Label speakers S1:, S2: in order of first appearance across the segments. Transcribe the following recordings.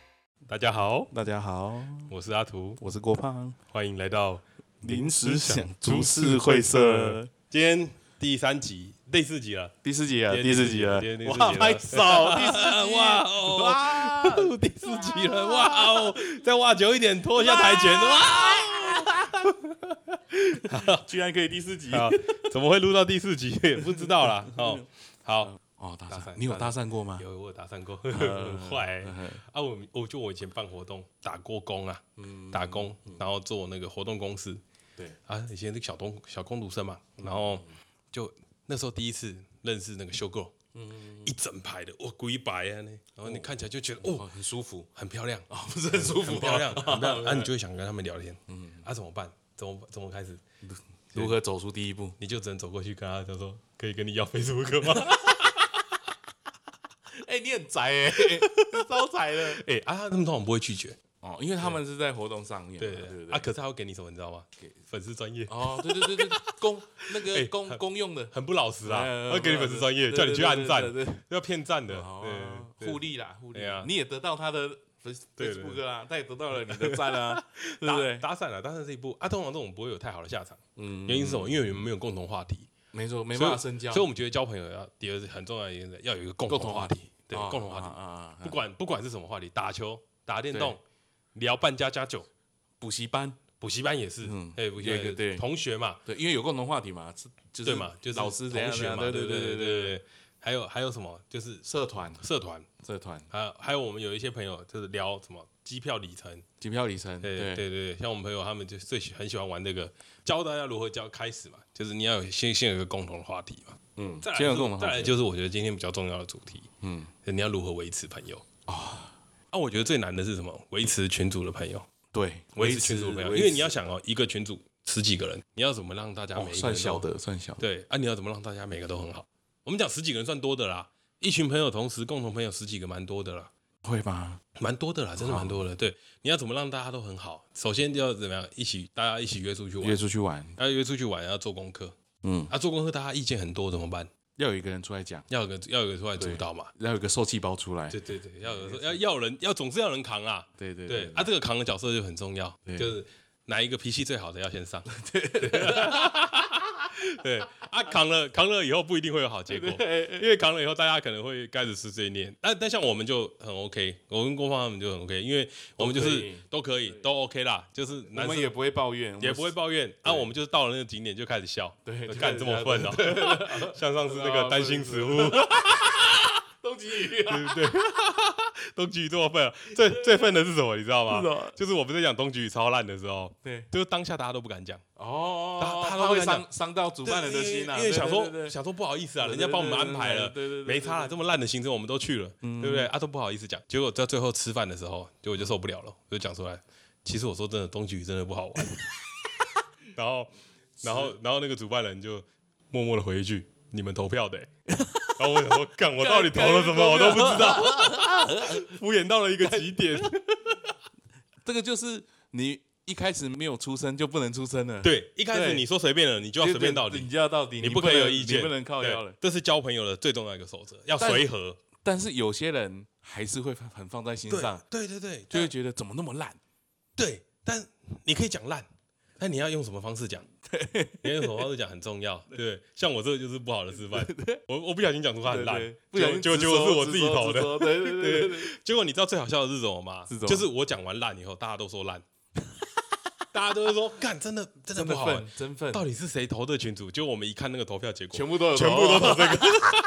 S1: 家好，
S2: 大家好，
S1: 我是阿图，
S2: 我是郭胖，
S1: 欢迎来到
S2: 临时想株式会社。
S1: 今天第三集，第四集了，
S2: 第四集了，
S1: 今天
S2: 第四集了
S1: 今天，第四集了
S2: 哇，拍手，第四集，
S1: 哇哦，
S2: 哇，
S1: 第四集了，哇哦，再哇久一点，拖一下台前，哇，
S2: 居然可以第四集
S1: 好怎么会录到第四集也不知道啦。哦，好，
S2: 哦，搭
S1: 搭
S2: 讪
S1: 讪，
S2: 你有搭讪过吗？
S1: 有我有搭讪过， 很坏欸啊！我我就我以前办活动打过工啊，打工，然后做那个活动公司，
S2: 对
S1: 啊，以前那个小工小工读生嘛，然后就那时候第一次认识那个修购，一整排的哇，鬼白啊呢，然后你看起来就觉得哦，
S2: 很舒服，
S1: 很漂亮，
S2: 哦，不是很舒
S1: 很
S2: 服，
S1: 漂亮，很漂亮，啊，你就会想跟他们聊天，啊，怎么办？怎么怎么开始？
S2: 如何走出第一步？
S1: 你就只能走过去跟他他说，可以跟你要 Facebook 吗？
S2: 哎，你很宅 哎，招宅了。
S1: 哎啊，他们通常不会拒绝，
S2: 哦，因为他们是在活动上面嘛，
S1: 对
S2: 对
S1: 对
S2: 不
S1: 对，啊，可是他会给你什么，你知道吗
S2: 给？
S1: 粉丝专业。
S2: 哦，对对对对，公那
S1: 哎
S2: 个公公用的，
S1: 很不老实啊，
S2: 哎
S1: 他会给你粉丝专业，叫你去按赞
S2: 对对对对对，
S1: 要骗赞的，
S2: 哦，
S1: 对
S2: 互利啦，互利
S1: 对啊，
S2: 你也得到他的 Face-
S1: 对对
S2: Facebook 啦，他也得到了你的赞啊， 对不对？
S1: 搭搭讪了，搭讪是一步啊。通常这种不会有太好的下场，
S2: 嗯，
S1: 原因是什么？因为你们没有共同话题，
S2: 没错，没
S1: 所以
S2: 办法深交，
S1: 所以我们觉得交朋友要第二是很重要的原因，要有一个共
S2: 共
S1: 同
S2: 同
S1: 话
S2: 话
S1: 题，对，
S2: 啊
S1: 共同话题，
S2: 啊啊，
S1: 不
S2: 不
S1: 管不管是什么话题，打球、打电动、聊扮家家酒、
S2: 补习班，
S1: 补习班也是
S2: 嗯，
S1: 哎，补习
S2: 有一个
S1: 班
S2: 对
S1: 同学嘛，
S2: 对，因为有共同话题嘛，是就是
S1: 对嘛，就是
S2: 老师怎样
S1: 同
S2: 怎
S1: 学
S2: 样
S1: 嘛，
S2: 对
S1: 对
S2: 对
S1: 对
S2: 对
S1: 对对，还有还有什么？就是
S2: 社团
S1: 社团，
S2: 社团
S1: 还有还有我们有一些朋友就是聊什么机票里程。
S2: 机票里程，
S1: 对对
S2: 对
S1: 对对，像我们朋友他们就最喜很喜欢玩这个，教大家如何教开始嘛，就是你要有先先有一个共同的话题嘛。
S2: 嗯
S1: 再来
S2: 先有
S1: 是
S2: 共同
S1: 再
S2: 话
S1: 来
S2: 题，
S1: 就是我觉得今天比较重要的主题，
S2: 嗯
S1: 嗯，你要如何维持朋友啊？
S2: 哦
S1: 啊，我觉得最难的是什么？维持群主的朋友，
S2: 对，
S1: 维持群主的朋友，
S2: 维
S1: 因为你
S2: 持
S1: 要想哦，一个群主十几个人，你要怎么让大家每一个人
S2: 哦算
S1: 都
S2: 小的算小的，
S1: 对啊，你要怎么让大家每个都很好？我们讲十几个人算多的啦，一群朋友同时共同朋友十几个蛮多的啦。
S2: 会吧？
S1: 蛮多的啦，真的蛮多的。对，你要怎么让大家都很好？首先要怎么样？一起大家一起约出去玩
S2: 约，出去玩，
S1: 要约出去玩，要做功课。
S2: 嗯，
S1: 啊，做功课大家意见很多怎么办？
S2: 要有一个人出来讲，
S1: 要有个要有个出来主导嘛。
S2: 要有一个受气包出来，
S1: 对对对，要有要要人要总是要人扛啦。
S2: 对对
S1: 对啊，这个扛的角色就很重要，
S2: 对
S1: 就是哪一个脾气最好的要先 上。对啊，扛了扛了以后不一定会有好结果，因为扛了以后大家可能会开始碎碎念。但但像我们就很 OK，我跟郭芳他们就很 OK，因为我们就
S2: 都可
S1: 是
S2: 以
S1: 都可以都 OK 啦，就是
S2: 我
S1: 男
S2: 们
S1: 生
S2: 也不会抱怨，我们
S1: 也不会抱怨。啊，我们就是到了那个景点就开始笑，
S2: 对就
S1: 干
S2: 开始
S1: 这么
S2: 笑
S1: 笨哦， 像上次那
S2: 啊
S1: 个
S2: 不
S1: 担
S2: 是
S1: 心
S2: 不
S1: 食
S2: 是
S1: 物。
S2: 东极语啊，
S1: 对不对？东菊这么笨，最最愤的是什么？你知道吗
S2: 是什么？
S1: 就是我们在讲东菊超烂的时候，
S2: 对，
S1: 就是当下大家都不敢讲，
S2: 哦，
S1: 他他
S2: 他
S1: 都
S2: 会
S1: 跟他讲
S2: 伤伤到主办人的心啊，
S1: 因为因为
S2: 对
S1: 想
S2: 对对
S1: 说
S2: 对
S1: 想说不好意思啊，
S2: 对
S1: 人
S2: 对
S1: 家帮我们安排了，
S2: 对对对对对嗯
S1: 没差了，这么烂的行程我们都去了，对不对？啊，都不好意思讲，结果在最后吃饭的时候，结果就受不了了，我就讲出来，其实我说真的，东菊真的不好 玩。然后，然后，然后那个主办人就默默的回一句：“你们投票的欸、 然后我想说，干，我到底投了什么，我都不知道， 敷衍到了一个极点。
S2: 这个就是你一开始没有出声就不能出声了，，
S1: 对，一开始
S2: 对
S1: 你说随便了，你就要随便到
S2: 你
S1: 底，
S2: 就要到底，你
S1: 不可以有意见，
S2: 你不能靠腰
S1: 对
S2: 了。
S1: 这是交朋友的最重要一个守则，要
S2: 但
S1: 随和。
S2: 但是有些人还是会很放在心上，
S1: 对对对，
S2: 就
S1: 就
S2: 会觉得怎么那么烂，
S1: 对，但你可以讲烂，但你要用什么方式讲？你要用什么方式讲很重要。对，像我这个就是不好的示范，我我不小心讲出他很烂
S2: 对对，不
S1: 结果
S2: 小心
S1: 结果结果是我自己投
S2: 直
S1: 的。
S2: 说，直说对对对对对，
S1: 结果你知道最好笑的是什么吗？
S2: 是什么
S1: 就是我讲完烂以后，大家都说烂， 大家都会说干，真的真的
S2: 真
S1: 不
S2: 的啊
S1: 好玩
S2: 愤。，真愤，
S1: 到底是谁投的群主？结果我们一看那个投票结果，
S2: 全部都有，啊
S1: 全部都，投这个，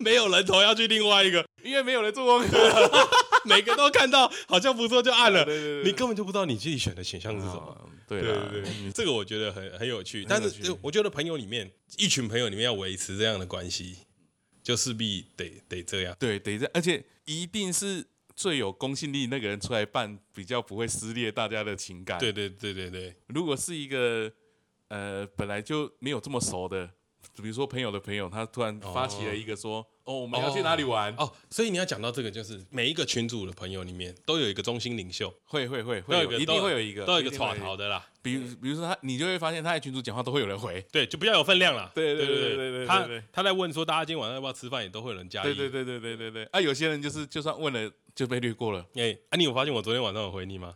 S1: 没有人投要去另外一个，
S2: 因为没有人做功 课，
S1: 每个都看到好像不错就按了
S2: 对对，对
S1: 你根本就不知道你自己选的选项是什么。
S2: 哦对
S1: 对
S2: 啦
S1: 对对，这个我觉得很很有趣，
S2: 很
S1: 但
S2: 有
S1: 是
S2: 趣
S1: 就我觉得朋友里面一群朋友里面要维持这样的关系，就势必得得这样。
S2: 对，等一下，而且一定是最有公信力那个人出来办，比较不会撕裂大家的情感。
S1: 对对对对对，
S2: 如果是一个呃本来就没有这么熟的，比如说朋友的朋友，他突然发起了一个说，哦，我们要去哪里玩？
S1: 哦，所以你要讲到这个，就是每一个群组的朋友里面都有一个中心领袖，
S2: 会会会
S1: 都
S2: 会
S1: 有一
S2: 有，
S1: 个
S2: 一定会有一个，
S1: 都有一个
S2: 定会
S1: 耍逃的啦。
S2: 比如比如说他，你就会发现他在群主讲话都会有人回，
S1: 对，就比较有分量啦。
S2: 对
S1: 对
S2: 对
S1: 对
S2: 对对对
S1: 他
S2: 对对
S1: 他在问说大家今天晚上要不要吃饭，也都会有人加一。
S2: 对对对对对对对。啊，有些人就是就算问了就被略过了，
S1: 哎、啊，你有发现我昨天晚上有回你吗？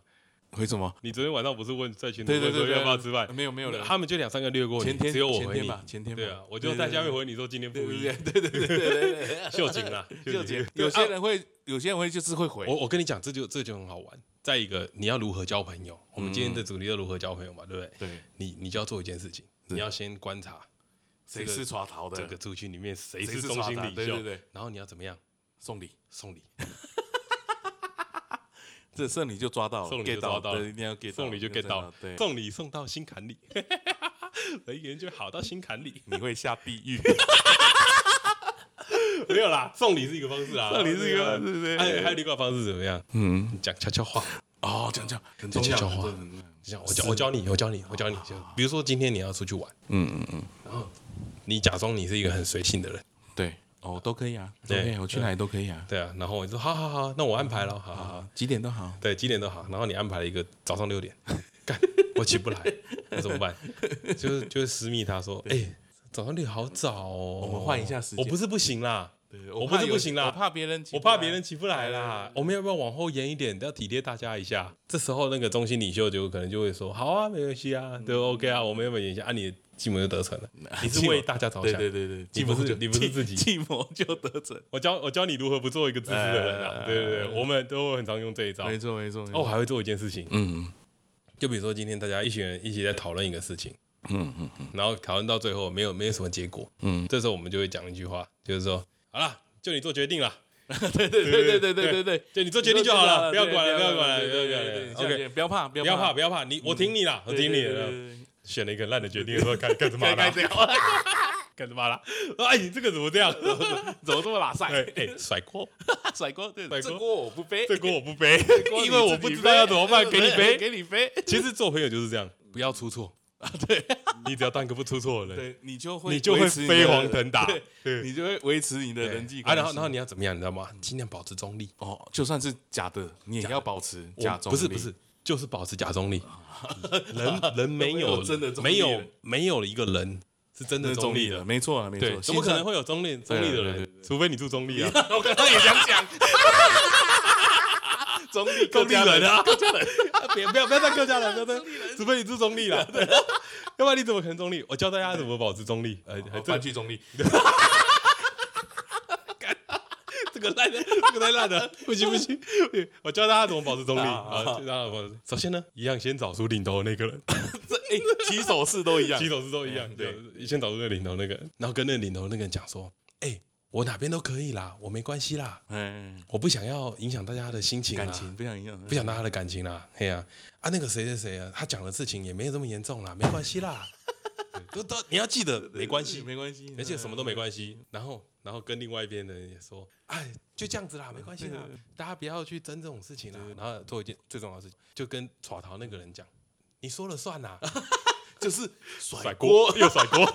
S2: 回什么？
S1: 你昨天晚上不是问在群组
S2: 对对
S1: 问说
S2: 对对，嗯
S1: 要不要吃饭？
S2: 没有没有人，
S1: 他们就两三个略过你，
S2: 前天
S1: 只有我
S2: 前
S1: 回
S2: 天
S1: 你。
S2: 吧，前天吧
S1: 对啊，我就在下面回你说今 天不
S2: 对对
S1: 一
S2: 对
S1: 样，
S2: 对对对对对对。
S1: 秀琴 啦，
S2: 就
S1: 情
S2: 解。有
S1: 啊
S2: 些人会，有些人会就是会回
S1: 我，我跟你讲，这就这就很好玩。再一个，你要如何交朋友？我们今天的主题要如何交朋友嘛，对不对？
S2: 嗯对，
S1: 你你就要做一件事情，你要先观察
S2: 谁是抓逃的，
S1: 整个族群里面谁
S2: 谁
S1: 是
S2: 是
S1: 中心
S2: 耍
S1: 领
S2: 的对
S1: 袖
S2: 对对，
S1: 然后你要怎么样
S2: 送礼，
S1: 送礼，
S2: 这送礼就抓到了
S1: 送礼就
S2: get 到
S1: 抓到了
S2: 对一定要 get 到，
S1: 送礼就 get 到了，
S2: 对，
S1: 送礼送到心坎里，人缘就好到心坎里。
S2: 你会下地 狱，
S1: 没有啦，送礼是一个方式啊，
S2: 送礼是一个方式对对
S1: 还有还有另外一个方式怎么样？
S2: 嗯，
S1: 你讲悄悄话，
S2: 哦，这样这样很重
S1: 悄
S2: 要，
S1: 悄话
S2: 很重要
S1: 这样我嗯教我教你，我教你，我教你。就比如说今天你要出去玩，嗯嗯嗯，然后你假装你是一个很随性的人。
S2: 对，哦，都可以啊，
S1: 对
S2: 对，我去哪里都可以啊，啊
S1: 对啊，然后我就说好好好，那我安排了，好好好，
S2: 几点都好，
S1: 对，几点都好。然后你安排了一个早上六点，干，我起不来，那怎么办？就是就是私密他说，哎、早上六好早哦，我
S2: 们换一下时间
S1: 我不是不行啦，
S2: 对
S1: 我不
S2: 怕
S1: 是
S2: 有
S1: 不行啦
S2: 我怕别人，
S1: 我怕别人，起不来啦。我们要不要往后延一点，要体贴大家一下？这时候那个中心领袖就可能就会说，好啊，没关系啊，对，OK 啊，我们要不要延一下？啊，你的计谋就得逞了，你是为大家着
S2: 对
S1: 想。
S2: 对对对，
S1: 你
S2: 计
S1: 不
S2: 谋
S1: 是
S2: 就
S1: 你不是 自己
S2: 计计谋就得逞，
S1: 我教我教你如何不做一个自私的人啊！
S2: 哎
S1: 对对对，我们都很常用这一招。
S2: 没错没错，没
S1: 哦，
S2: 错
S1: 我还会做一件事情，
S2: 嗯，
S1: 就比如说今天大家一群人一起在讨论一个事情，嗯嗯嗯，然后讨论到最后没有没有什么结果，嗯，这时候我们就会讲一句话，就是说，好啦，就你做决定啦，
S2: 对对对对对对对对。
S1: 就你做决定就好了，不
S2: 对
S1: 要管了，不要管了，
S2: 对
S1: 不要
S2: 对
S1: 管
S2: 对对
S1: 了
S2: 对
S1: ，OK，
S2: 不要怕，不
S1: 不
S2: 要
S1: 要怕，不要怕，你我挺你啦，我挺你
S2: 对对
S1: 啦
S2: 对，对对
S1: 选了一个烂的决定的时候，干干什么
S2: 该该
S1: 啦
S2: 这，样，
S1: 干什么啦？哎，你这个怎么这样？
S2: 怎么这么拉塞？
S1: 哎哎，甩锅，
S2: 甩锅，对，
S1: 甩锅
S2: 这锅我不背，
S1: 这锅我不背，
S2: 锅
S1: 因
S2: 你
S1: 为我
S2: 自
S1: 不
S2: 己啊
S1: 知道要怎么办，
S2: 背
S1: 给你背。
S2: 给你背。
S1: 其实做朋友就是这样，不要出错啊！ 对，你只要当个不出错的人，
S2: 对你就会
S1: 你就会
S2: 维持你的
S1: 飞黄腾达。对
S2: 对，你就会维持你的
S1: 对
S2: 人际
S1: 啊，
S2: 关系。
S1: 然后然后你要怎么样，你知道吗？尽量保持中立，
S2: 哦，就算是假的，你也要保持假
S1: 我
S2: 中
S1: 不是
S2: 立
S1: 不是，就是保持假中立。 人人没
S2: 没
S1: 有
S2: 有真的中立
S1: 没有
S2: 的
S1: 没有一个人是真
S2: 那
S1: 的
S2: 是
S1: 中
S2: 中
S1: 立
S2: 立
S1: 的
S2: 的，，没错啊，没
S1: 对，
S2: 错。
S1: 怎么可能
S2: 会？
S1: 会有中立中立的
S2: 对对
S1: 人？除非你住中立啊，
S2: 我刚刚也想讲， 中立
S1: 中
S2: 更
S1: 立
S2: 加
S1: 人啊， 客家人，别不要不要再客家 人，不要再，除非你住中立啦， 对要不然你怎么可能中立？我教大家怎么保持中立，呃，
S2: 好，
S1: 这
S2: 搬去 中立，
S1: 这个烂的，这个太烂的， 不行不 行，我教大家怎么保持中立
S2: 好
S1: 啊！就让我首先呢，一样先找出领头的那个人，
S2: 这哎，起手式都一样
S1: 起。手是都一样，
S2: 对
S1: 对，先找出那个领头那个人，然后跟那个领头那个人讲说：“哎，我哪边都可以啦，我没关系啦，
S2: 哎，
S1: 我不想要影响大家的心情啦
S2: 感，情非常一样，
S1: 不想大家的感情啦，嘿呀，啊那个谁谁谁啊，他讲的事情也没有这么严重啦，没关系 啦，对都都你要记得没关系，
S2: 嗯没关系，嗯
S1: 而且什么都
S2: 没。
S1: 没关系。然后，然后跟另外一边的人也说，哎，就这样子啦，没关系啦，大家不要去争这种事情啦。然后做一件最重要的事情，就跟耍桃那个人讲，你说了算啦，就是啊 甩锅又甩锅。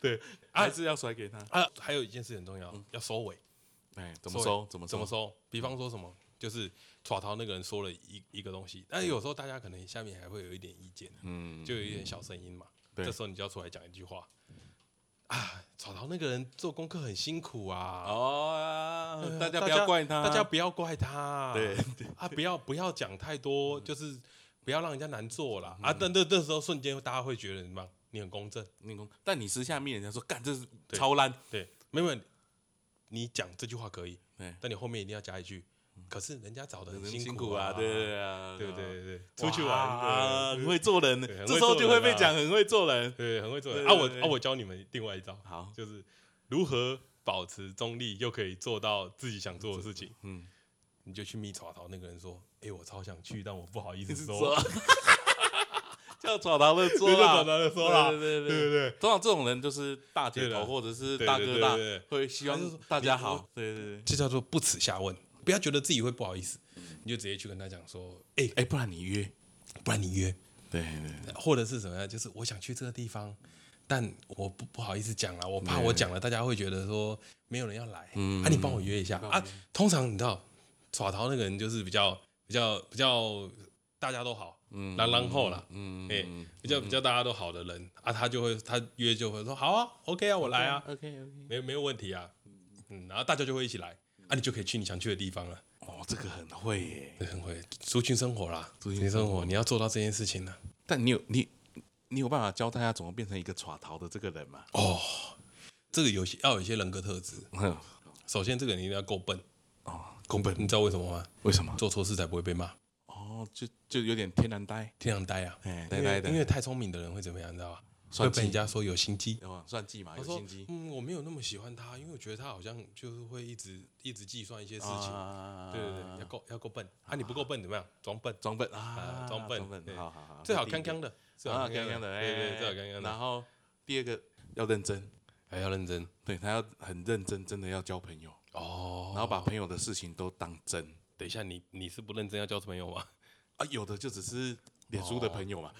S1: 对
S2: 还是要甩给他。
S1: 啊，还有一件事很重要，要收尾，
S2: 哎，怎么收？怎么
S1: 怎么
S2: 收？
S1: 收？比方说什么，就是耍桃那个人说了一一个东西，但有时候大家可能下面还会有一点意见，
S2: 嗯，
S1: 就有一点小声音嘛。
S2: 对
S1: 这时候你就要出来讲一句话。啊，草桃那个人做功课很辛苦啊，
S2: 哦
S1: 呃，
S2: 大家不要怪他，
S1: 大家不要怪他，
S2: 对嗯
S1: 啊，不要不要讲太多，就是不要让人家难做啦。啊。但那那时候瞬间大家会觉得什么？你很公正，
S2: 你公，但你私下面人家说干这是
S1: 对
S2: 超烂，
S1: 对，没有没有，你讲这句话可以，
S2: 对，
S1: 但你后面一定要加一句，可是人家找的很
S2: 嗯很辛
S1: 苦
S2: 苦啊，对
S1: 对
S2: 对啊，
S1: 对对对，出
S2: 哇
S1: 去玩
S2: 很
S1: 对
S2: 会做人，啊
S1: 对很会
S2: 这时候就会被
S1: 做人
S2: 讲很会做人。
S1: 对，很会做
S2: 对
S1: 人
S2: 对
S1: 啊。我
S2: 对
S1: 啊，我教你们另外一招，
S2: 好，
S1: 就是如何保持中立，又可以做到自己想做的事情。
S2: 嗯，
S1: 你就去密草桃那个人说：“哎、我超想去，但我不好意思
S2: 你是
S1: 说。
S2: 说叫爪堂 的
S1: 对
S2: 做
S1: 就
S2: 啦，
S1: 找到了说啦
S2: 对对
S1: 对对
S2: 对
S1: 对
S2: 通常这种人就是大姐
S1: 对啦
S2: 头或者是
S1: 对
S2: 大
S1: 对
S2: 哥
S1: 对
S2: 大
S1: 对，
S2: 会希
S1: 他就说
S2: 望大家
S1: 你
S2: 好。对对对，
S1: 这叫做不耻下问。不要觉得自己会不好意思，你就直接去跟他讲说：“哎、
S2: 哎，不然你约。
S1: 不然你约，
S2: 对对对
S1: 或者是怎么样？就是我想去这个地方，但我不不好意思讲啊啦，我怕
S2: 对
S1: 我讲了，大家会觉得说没有人要来，
S2: 嗯
S1: 啊，你帮我约一下啊。通常你知道，耍逃那个人就是比较比较比较大家都好，嗯，朗朗后啦，
S2: 嗯，
S1: 哎、比较比较大家都好的人啊，他就会他约就会说好啊，OK 啊，我来啊，
S2: ，OK OK，
S1: 没没有问题啊，嗯，然后大家就会一起来啊，你就可以去你想去的地方了，
S2: 哦，这个很会耶。
S1: 很会族群生活啦，族群生活你要做到这件事情啊呢、
S2: 但你有你你有办法教大家怎么变成一个耍逃的这个人吗？
S1: 哦，这个有些要有一些人格特质，
S2: 哼
S1: 首先这个人一定要够笨，
S2: 哦，宫本
S1: 你知道为什么吗？
S2: 为什么？
S1: 做错事才不会被骂，
S2: 哦，就就有点天然呆，
S1: 天常呆啊，
S2: 哎，
S1: 因
S2: 呆呆
S1: 为
S2: 的，
S1: 因为太聪明的人会怎么样，你知道吧？会
S2: 算
S1: 被人
S2: 计，
S1: 家说有心机。
S2: 有啊算计嘛，
S1: 我
S2: 有
S1: 说
S2: 心机，
S1: 嗯，我没有那么喜欢他，因为我觉得他好像就是会一直一直计算一些事情，
S2: 啊
S1: 对对对，要够要够笨啊！你不够笨怎么样？装笨，
S2: 装笨
S1: 啊
S2: 啊，
S1: 装笨对
S2: 好好好，
S1: 最好
S2: 这第
S1: 刚
S2: 一个
S1: 刚的，最好
S2: 啊，
S1: 刚
S2: 刚
S1: 刚
S2: 刚的，
S1: 对对，
S2: 哎
S1: 对最好刚刚的，
S2: 然后第二个要认真，
S1: 还要认真
S2: 对他要很认真，真的要交朋友，
S1: 哦。
S2: 然后把朋友的事情都当真
S1: 等一下，你你是不认真要交朋友吗？
S2: 啊。有的就只是脸书的朋友嘛，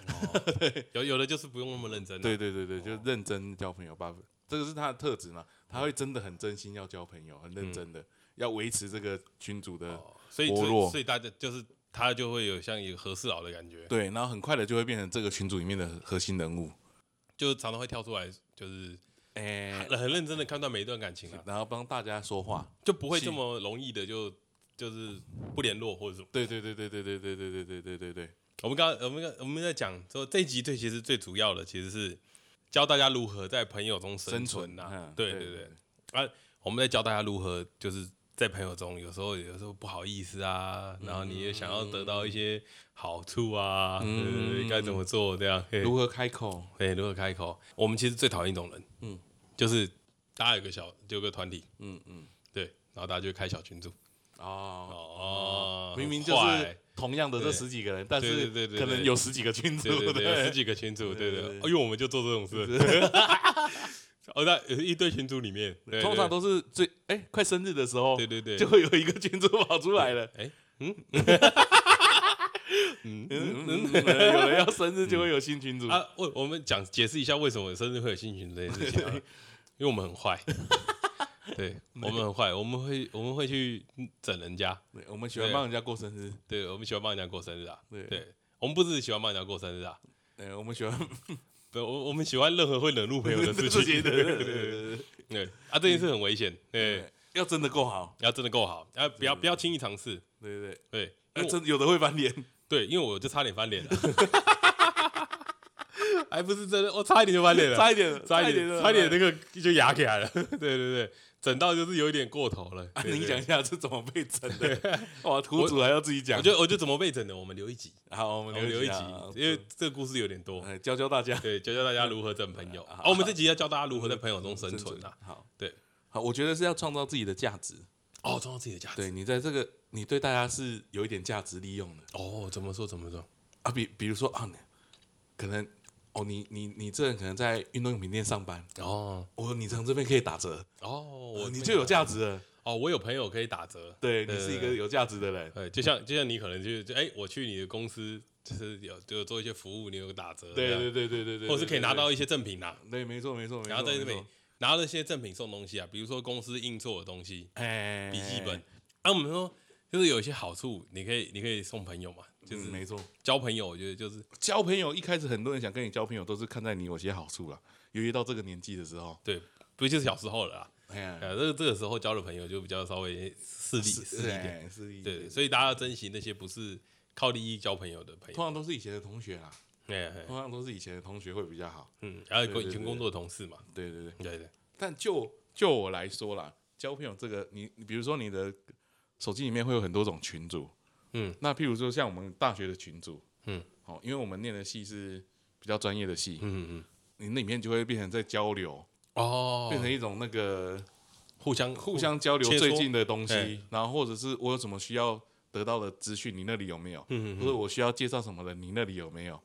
S1: 有有的就是不用那么认真啊，
S2: 对对对对，就认真交朋友，把这个是他的特质嘛，他会真的很真心要交朋友，很认真的要维持这个群组的
S1: 嗯哦，所以
S2: 薄
S1: 所以
S2: 弱
S1: 所以大家就是他就会有像一个和事佬的感觉，
S2: 对，然后很快的就会变成这个群组里面的核心人物，
S1: 就常常会跳出来，就是
S2: 哎，
S1: 很认真的看待每一段感情啊，
S2: 然后帮大家说话，
S1: 就不会
S2: 是
S1: 这么容易的就就是不联络或者什么。
S2: 对对对对对对对对对对对对对，
S1: 我们刚我们刚我们在讲说这一集最其实最主要的其实是教大家如何在朋友中生存呐、
S2: 嗯
S1: 对对对，我们在教大家如何就是在朋友中有时候有时候不好意思啊，然后你也想要得到一些好处啊，对对
S2: 嗯
S1: 对，该怎么做这样？嘿
S2: 如何开口，
S1: 对，如何哎开口？我们其实最讨厌一种人，嗯，就是大家有个小有个团体，
S2: 嗯嗯，
S1: 对，然后大家就开小群组，
S2: 哦。
S1: 哦，
S2: 明明
S1: 很
S2: 就是
S1: 坏
S2: 同样的这
S1: 对
S2: 十几个人，但是
S1: 对对对
S2: 可能
S1: 对
S2: 有十几个群组，
S1: 对对对，有十
S2: 对
S1: 几个群组，对
S2: 对
S1: 对，哦
S2: 对
S1: 因为我们就做这种事。 哦，那有一堆群组里面，对
S2: 通常
S1: 对
S2: 都是最哎快生日的时候
S1: 对，对对，
S2: 就会有一个群组跑出来了。
S1: 哎，
S2: 嗯嗯，嗯有人要生日就会有新群组，
S1: 啊，我我们讲解释一下为什么生日会有新群这件事情、啊，因为我们很 坏，对我们很坏，我们会我们会去整人家，
S2: 对我们喜欢帮人家过生日，
S1: 对我们喜欢帮人家过生日啊，
S2: 对
S1: 对，我们不是喜欢帮人家过生日啊，
S2: 对，我们喜 欢
S1: 对，我我们喜欢任何会惹怒朋友的事
S2: 自
S1: 情，
S2: 己的，
S1: 对
S2: 对
S1: 对
S2: 对
S1: 对
S2: 对对
S1: 对啊，这件事很危险，
S2: 对
S1: 对，
S2: 对，要真的够好，
S1: 要真的够好，啊，不要不要轻易尝试，
S2: 对对对，
S1: 对，因为
S2: 哎
S1: 我
S2: 嗯真有的会翻脸，
S1: 对，因为我就差点翻脸 了，还不是真的，我差一点就翻脸了，
S2: 差一点，
S1: 差
S2: 一
S1: 一点，
S2: 了
S1: 差一点那个就压起来了。对对对，整到就是有一点过头了。
S2: 啊
S1: 对
S2: 你
S1: 对
S2: 讲一下是怎么被整的？哇，苦主还要自己讲
S1: 我，就我就怎么被整的，我们留一集，
S2: 好，我们
S1: 我们
S2: 留
S1: 留一集
S2: 啊，
S1: 因为这个故事有点多。
S2: 哎教教大家
S1: 对，教教大家如何整朋友。
S2: 啊
S1: 啊，我们这集要教大家如何在朋友中生
S2: 嗯
S1: 存啊。
S2: 好，
S1: 对，
S2: 好，我觉得是要创造自己的价值。
S1: 哦，创造自己的价值。
S2: 对你在这个，你对大家是有一点价值利用的
S1: 哦，怎么说怎么说？
S2: 啊。比比如说啊，你可能哦，你你你这人可能在运动用品店上班，
S1: 哦
S2: 哦，你从这边可以打折，
S1: 哦，
S2: 哦
S1: 我
S2: 你就有价值了。
S1: 哦，我有朋友可以打折。
S2: 对你
S1: 对
S2: 是一
S1: 对
S2: 个有价值的人。
S1: 对，就像就像你可能就就哎，我去你的公司，就是有就做一些服务，你有个打折，
S2: 对
S1: 这样
S2: 对对对对对，
S1: 或者是可以拿到
S2: 对，
S1: 一些赠品啦。
S2: 对，对没错没错没错。
S1: 然后在这
S2: 没
S1: 边
S2: 错，
S1: 拿到那些赠品送东西啊，比如说公司印做的东西、
S2: 哎，
S1: 笔记本，啊，我们说就是有一些好处，你可以你可以送朋友嘛，就
S2: 就是嗯是没错。
S1: 交朋友，我觉得就是
S2: 交朋友一开始很多人想跟你交朋友，都是看在你有些好处啦。由于到这个年纪的时候，
S1: 对，不就是小时候了啦，
S2: 哎呀，
S1: 呃，这个这个时候交的朋友就比较稍微势利势利一点，
S2: 哎是一点
S1: 对，所以大家要珍惜那些不是靠利益交朋友的朋
S2: 通
S1: 友，
S2: 常都是以前的同学啦，啊
S1: 哎，哎
S2: 通常都是以前的同学会比较好。
S1: 嗯，还有
S2: 对
S1: 以
S2: 对
S1: 前
S2: 对
S1: 工作的同事嘛，
S2: 对对对，
S1: 对对，
S2: 但就就我来说啦，交朋友这个，你你比如说你的手机里面会有很多种群组，
S1: 嗯，
S2: 那譬如说像我们大学的群组，
S1: 嗯，
S2: 哦，因为我们念的系是比较专业的系，
S1: 嗯嗯嗯，
S2: 你那里面就会变成在交流，
S1: 哦，
S2: 变成一种那个
S1: 互相
S2: 互相交流
S1: 切磋
S2: 最近的东
S1: 哎
S2: 西，然后或者是我有什么需要得到的资讯，你那里有没有？
S1: 嗯嗯嗯
S2: 或者我需要介绍什么的，你那里有没有？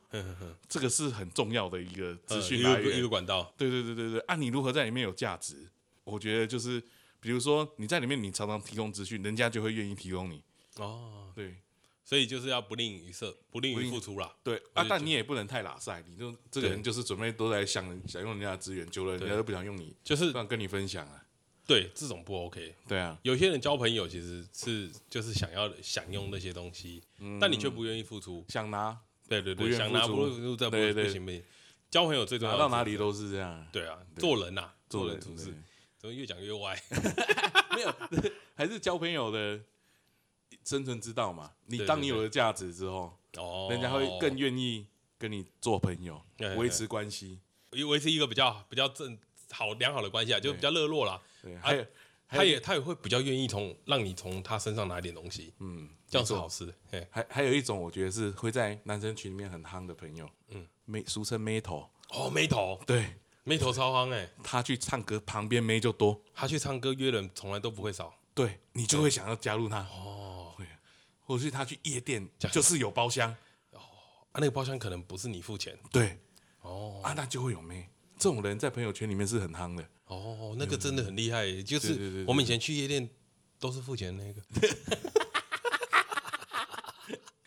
S2: 这个是很重要的一个
S1: 呃
S2: 资
S1: 嗯
S2: 讯
S1: 一
S2: 来
S1: 个一
S2: 源
S1: 个。管道，
S2: 对对对对对，啊，你如何在里面有价值？我觉得就是，比如说你在里面，你常常提供资讯，人家就会愿意提供你。
S1: 哦，
S2: 对，
S1: 所以就是要不吝于色，不吝
S2: 不吝
S1: 于付出啦。
S2: 对啊
S1: 就，
S2: 但你也不能太拉塞，你就这个人
S1: 对
S2: 就是准备都在想想用人家的资源，久了人家
S1: 对
S2: 都不想用你，
S1: 就是
S2: 不想跟你分享啊。
S1: 对这种不 OK。
S2: 对啊，
S1: 有些人交朋友其实是就是想要享用那些东西，但你却不愿意付出。
S2: 想拿
S1: 嗯对对
S2: 不
S1: 对，
S2: 愿
S1: 想
S2: 付
S1: 拿
S2: 出
S1: 不付出，这不
S2: 对对
S1: 不行不行。交朋友最重要
S2: 拿
S1: 的
S2: 到
S1: 是
S2: 哪里都是这样，
S1: 对啊，
S2: 对
S1: 做人呐、做人
S2: 人
S1: 处
S2: 是
S1: 事，怎么越讲越 歪？
S2: 没有，还是交朋友的生存之道嘛。你
S1: 对
S2: 当
S1: 对
S2: 你有了价值之后，
S1: 哦，
S2: 人家会更愿意跟你做朋友
S1: 对，对
S2: 维持关系。
S1: 维持一个比较比较正好良好的关系啊，就
S2: 对
S1: 比较热络啦。
S2: 对，还有还有
S1: 他也他也会比较愿意从让你从他身上拿一点东西，
S2: 嗯，
S1: 这样
S2: 没
S1: 是
S2: 错
S1: 好事。哎，
S2: 还还有一种，我觉得是会在男生群里面很夯的朋友，嗯，妹俗称妹头，
S1: 哦，眉头
S2: 对
S1: 眉头超夯哎、
S2: 他去唱歌，旁边妹就多，
S1: 他去唱歌约人从来都不会少。啊
S2: 对你就会想要加入他哦，会，或者是他去夜店
S1: 这样
S2: 就是有包厢，
S1: 啊，那个包厢可能不是你付钱
S2: 对
S1: 哦
S2: 啊，那就会有妹。这种人在朋友圈里面是很夯的，
S1: 哦，那个真的很厉害、欸就
S2: 对对对
S1: 是
S2: 对
S1: 我们以前去夜店都是付钱的那个。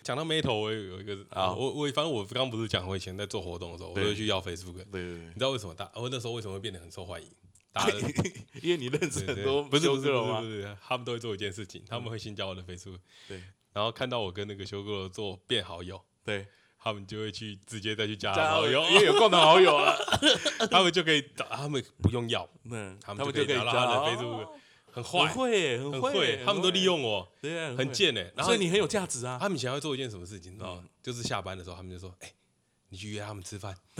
S1: 讲到眉头，我有有一个啊，
S2: 好
S1: 我我反正我刚刚不是讲，我以前在做活动的时候，我
S2: 对
S1: 会去要 Facebook，
S2: 对对
S1: 你知道为什么大？我那时候为什么会变得很受欢迎？大家都
S2: 对， 因为你认识
S1: 对对
S2: 很多
S1: 不是
S2: 修
S1: 不是
S2: 哥
S1: 不是
S2: 吗
S1: 不？是，他们都会做一件事情，他们会先加我的 Facebook，
S2: 对
S1: 然后看到我跟那个修哥做变好友，
S2: 对，
S1: 他们就会去直接再去加
S2: 加
S1: 啊好友，
S2: 因 为有共同好友啊，
S1: 他们就可以找，他们不用要，
S2: 那
S1: 他
S2: 他
S1: 们
S2: 们
S1: 就
S2: 就
S1: 可以
S2: 可以
S1: 加他
S2: 加
S1: 的
S2: 哦
S1: Facebook，很
S2: 很
S1: 坏，
S2: 会耶，很
S1: 很
S2: 会
S1: 会，，他们都利，用我，
S2: 对啊，
S1: 很
S2: 会，
S1: 贱哎。然后
S2: 所以你很有价值啊。
S1: 他们以前会做一件什么事情，你知道吗？就是下班的时候，他们就说：“哎，你去约他们吃饭。”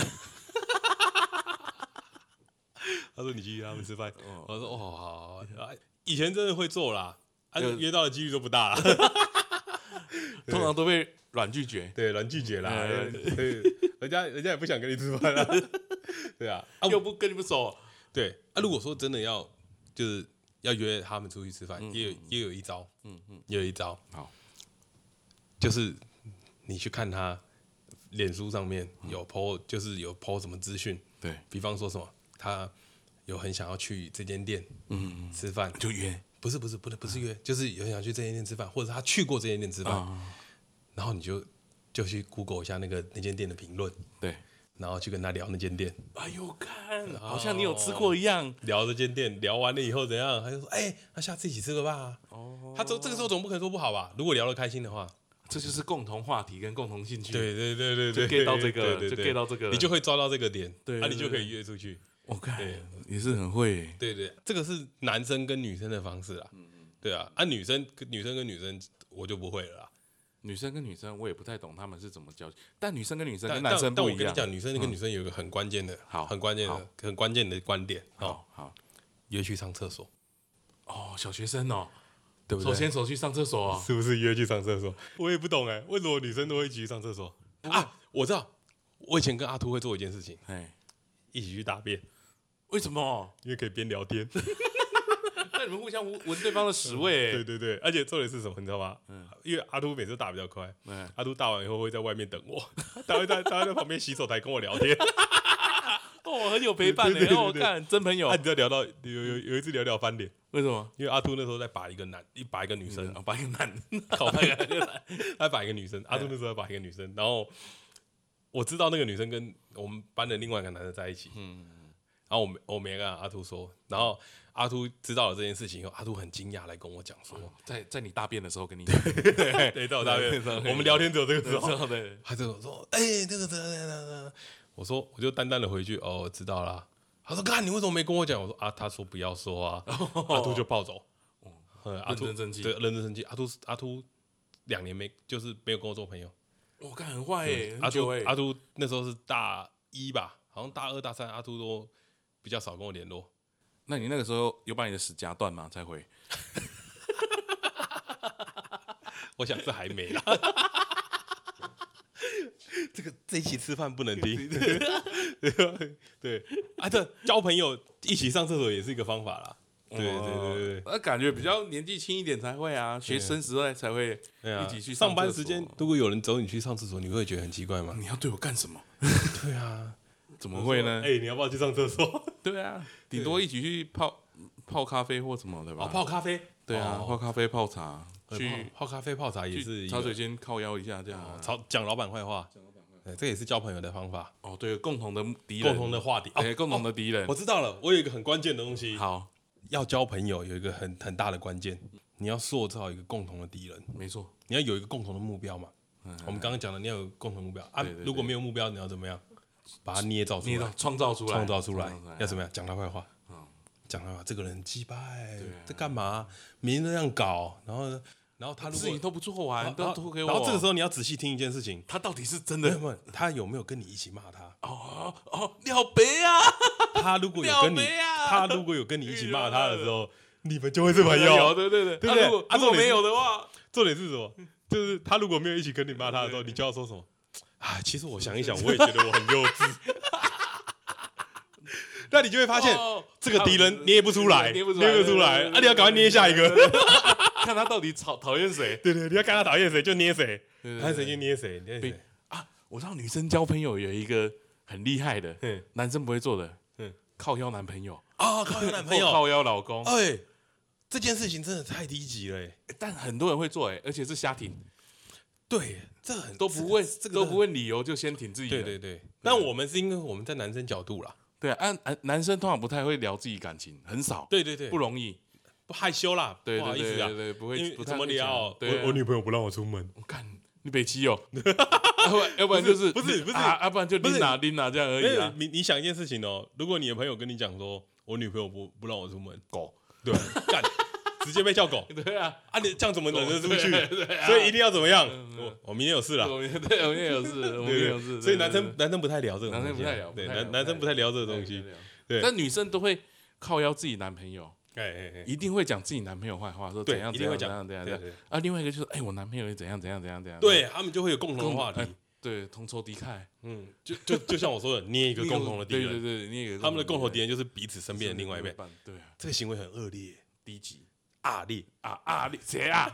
S1: 他说：“你去约他们吃饭。”
S2: 哦
S1: 我说：“哦，好好。好”啊以前真的会做啦，啊，
S2: 就
S1: 约到的几率都不大啦。
S2: 通常都被软拒绝。
S1: 对，人拒绝啦，
S2: 嗯
S1: 对哎人家人家也不想跟你吃饭啦，啊 对啊，啊，
S2: 又不跟你们熟，
S1: 对啊，如果说真的要就是要约他们出去吃饭，也有也有一招，嗯嗯，也有一招，
S2: 好，
S1: 就是你去看他脸书上面有 po，、就是有 po 什么资讯，
S2: 对，
S1: 比方说什么他有很想要去这间店，嗯，吃饭，
S2: 就约
S1: 不是不是不是不是约，就是有人想去这间店吃饭，或者是他去过这间店吃饭，
S2: 啊，
S1: 然后你就就去 Google 一下那个那间店的评论，
S2: 对。
S1: 然后去跟他聊那间店，
S2: 哎呦，看，
S1: 哦
S2: 好像你有吃过一样。
S1: 聊这间店，聊完了以后怎样，他就说，哎、那下次一起吃个吧。
S2: 哦，
S1: 他这这个时候总不可能说不好吧？如果聊得开心的话，
S2: 这就是共同话题跟共同兴趣。，
S1: 对对对对对，
S2: 就 get 到这个
S1: 对
S2: 了
S1: 对对
S2: 就 get 到这个了
S1: 你就会抓到这个点，
S2: 对
S1: 啊，
S2: 对
S1: 你就可以约出去。
S2: 我看
S1: 对
S2: 也是很会耶。
S1: 对对，这个是男生跟女生的方式啦。
S2: 嗯
S1: 对啊，啊，女生女生跟女生我就不会了啦。
S2: 女生跟女生，我也不太懂他们是怎么交际，但女生跟女生
S1: 但
S2: 跟男生
S1: 但但
S2: 不
S1: 我
S2: 一
S1: 跟你
S2: 样。嗯
S1: 讲，女生跟女生有一个很关键的，
S2: 好
S1: 很关键的
S2: 好、
S1: 很关键的观点哦，
S2: 好好
S1: 约去上厕所，
S2: 哦，小学生哦，
S1: 对不对？
S2: 手牵手去上厕所 哦。
S1: 是不是约去上厕所？我也不懂哎、为什么女生都会一起去上厕所啊？我知道，我以前跟阿秃会做一件事情，
S2: 哎，
S1: 一起去大便，
S2: 为什么？
S1: 因为可以边聊天。
S2: 那你们互相闻闻对方的屎味。
S1: 对嗯对对，而且重点是什么，你知道吗？因为阿秃每次大比较快，
S2: 嗯
S1: 阿秃大完以后会在外面等我， 他会在他会在旁边洗手台跟我聊 天。
S2: 哦，很有陪伴
S1: 对对
S2: 的，
S1: 对
S2: 让我
S1: 对
S2: 看真朋友
S1: 啊，。你知道聊到有有有一次聊聊翻脸，
S2: 为什么？
S1: 因为阿秃那时候在把一个男，一把一个女生，
S2: 啊，把一个 男
S1: 靠背，他把一个女 生，阿杜那时候把一个女生，然后我知道那个女生跟我们班的另外一个男的在一起，嗯，然后我没我没跟阿杜说，然后阿杜知道了这件事情以后，阿杜很惊讶来跟我讲 说，
S2: 哦在在你大便的时候跟 你讲，
S1: 对，在我大
S2: 对
S1: 便，
S2: 对对
S1: 我们聊天只有这个时候，
S2: 道的。
S1: 他就说，哎、那个那个那个那个，我说我就淡淡的回句，哦，我知道啦。他说：“干，你为什么没跟我讲？”我说：“啊，他说不要说 啊。”阿秃就暴走， 嗯，阿秃
S2: 哦认真生气
S1: 对，认真生气。阿秃阿秃两年没就是没有跟我做朋友，嗯
S2: 我看哦很坏耶，
S1: 阿
S2: 哎很
S1: 秃
S2: 久欸耶
S1: 阿秃那时候是大一吧，好像大二大三阿秃都比较少跟我联络。
S2: 那你那个时候有把你的屎夹断吗？才回？
S1: 我想是还没啦。 这个这一起吃饭不能停，对啊，这交朋友一起上厕所也是一个方法啦。对对对对
S2: 那感觉比较年纪轻一点才会啊，学生时代才会
S1: 对啊，
S2: 一起去
S1: 上
S2: 厕
S1: 班
S2: 所
S1: 时间，如果有人走你去上厕所，你会觉得很奇怪吗？
S2: 你要对我干什么？
S1: 对啊，
S2: 怎么会呢
S1: 哎、？你要不要去上厕 所？
S2: 对啊，顶多一起去泡泡咖啡或什么的吧。
S1: 哦，泡咖啡，
S2: 对啊，
S1: 哦
S2: 泡咖啡、泡茶，去
S1: 去泡咖啡、泡茶也是
S2: 去
S1: 一
S2: 茶
S1: 个
S2: 水间靠腰一下这样啊。
S1: 吵讲老板坏话，哎这也是交朋友的方法，
S2: 哦，对，共同的敌人，
S1: 共同的话题。哦
S2: 哎，共同的敌人
S1: 我。知道了，我有一个很关键的东西，
S2: 好，
S1: 要交朋友有一个很很大的关键，你要塑造一个共同的敌人，
S2: 没错，
S1: 你要有一个共同的目标嘛。我们刚刚讲的，你要有共同目标啊
S2: 嗯对对。对
S1: 如果没有目标，你要怎么样？把它捏造出
S2: 你
S1: 来，
S2: 创造出来，嗯
S1: 创造出来
S2: 创造，
S1: 要怎么样？讲他坏话，讲他坏话，啊这个人很鸡掰
S2: 对啊，
S1: 在干嘛？明明这样搞，然后呢，然后他如
S2: 自己
S1: 果
S2: 都不做完，
S1: 然
S2: 都
S1: 后
S2: 都给我。
S1: 然后这个时候你要仔细听一件事 情，
S2: 他到底是真
S1: 没有
S2: 的
S1: 没有，他有没有跟你一起骂 他？
S2: 哦哦，廖北啊，
S1: 他如果有跟你
S2: 表妹，啊
S1: 他如果有跟你一起骂他的时候，你们就会是朋
S2: 有
S1: 友。
S2: 对对对，
S1: 哎对不
S2: 啊
S1: 对
S2: 如果
S1: 啊
S2: 如果
S1: 重点是
S2: 没有的话，
S1: 重点是什么？就是他如果没有一起跟你骂他的时候，你就要说什么？ 啊，其实我想一想，我也觉得我很幼稚。 那你就会发现
S2: 哦，
S1: 这个敌人捏不出来，捏
S2: 捏不
S1: 不
S2: 出
S1: 出
S2: 来
S1: 来，啊，你要赶快捏下一个。
S2: 看他到底讨讨厌谁。
S1: 对对，你要看他讨厌谁就捏谁，
S2: 对对
S1: 看谁就捏谁，捏
S2: 对
S1: 谁。
S2: 啊，我知道女生交朋友有一个很厉害的，
S1: 嗯
S2: 男生不会做的，
S1: 嗯
S2: 靠腰男朋友，
S1: 啊，靠你男朋
S2: 或
S1: 友，
S2: 靠腰老公，
S1: 哎，这件事情真的太低级了。哎
S2: 但很多人会做哎，而且是瞎挺，
S1: 对，这很
S2: 都不问
S1: 这个
S2: 都不问理由就先挺自己的。
S1: 对对对，但我们是因为我们在男生角度啦，
S2: 对啊，男男生通常不太会聊自己感情，很少，
S1: 对对对，
S2: 不容易。
S1: 不害羞啦，
S2: 对
S1: 不好
S2: 对
S1: 意
S2: 对
S1: 思啊
S2: 对，对，不
S1: 因
S2: 会
S1: 为
S2: 不太
S1: 怎么
S2: 会讲
S1: 聊？
S2: 对啊，
S1: 朋友不让我出门，
S2: 我干你北 七哦，要不然要不然就是
S1: 不是不是
S2: 啊，要不然就
S1: 不是
S2: 拎哪拎哪这样而
S1: 没
S2: 已
S1: 有
S2: 啊。
S1: 你你想一件事情哦，如果你的朋友跟你讲说，我女朋友不不让我出门，
S2: 狗，
S1: 对， 干，直接被叫狗
S2: 对啊，
S1: 啊，你这样怎么忍得出去
S2: 对对？啊
S1: 所以一定要怎么样？
S2: 嗯
S1: 我我明天有事啦。
S2: 我们对我们也 有事，我们
S1: 对
S2: 也
S1: 对
S2: 有事。
S1: 所以
S2: 对
S1: 男
S2: 对
S1: 生男生不太聊这种东西啊，
S2: 男生不太聊
S1: 对
S2: 不太聊
S1: 男男生不太聊这个东西
S2: 对，对
S1: 对
S2: 但女生都会靠邀自己男朋友，
S1: 哎哎哎，
S2: 一定会讲自己男朋友坏话，说
S1: 对
S2: 怎样
S1: 一
S2: 怎
S1: 定
S2: 样
S1: 会
S2: 怎
S1: 讲
S2: 样怎样怎
S1: 对
S2: 样
S1: 对。
S2: 啊，另外一个就是，哎，我男朋友也怎样怎样怎样怎样。
S1: 对，他们就会有共同的话
S2: 哎
S1: 题，
S2: 对，同仇敌忾，
S1: 嗯，就就就像我说的，捏一个共同的敌
S2: 对
S1: 人，
S2: 对对，你也有一个
S1: 他们的共同敌
S2: 人
S1: 人就是彼此身边的另外一半，，
S2: 对啊，
S1: 这个行为很恶劣、
S2: 低级
S1: 恶劣，
S2: 啊啊，你谁啊？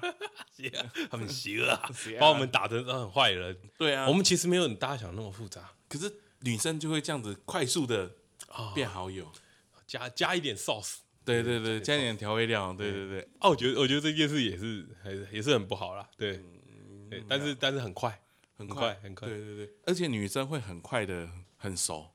S1: 他们很邪恶啊、
S2: 谁啊
S1: 把我们打成很坏人。
S2: 对啊，
S1: 我们其实没有你大家想的那么复杂，
S2: 可是女生就会这样子快速的变好友。
S1: 加加一点 sauce。
S2: 哦对对对，加点调味料，对对对，
S1: 哦、我觉得我觉得这件事也是还是也是很不好啦，对，
S2: 嗯
S1: 对，但是但是很快，
S2: 很
S1: 快很快
S2: 对对对，而且女生会很快的很熟，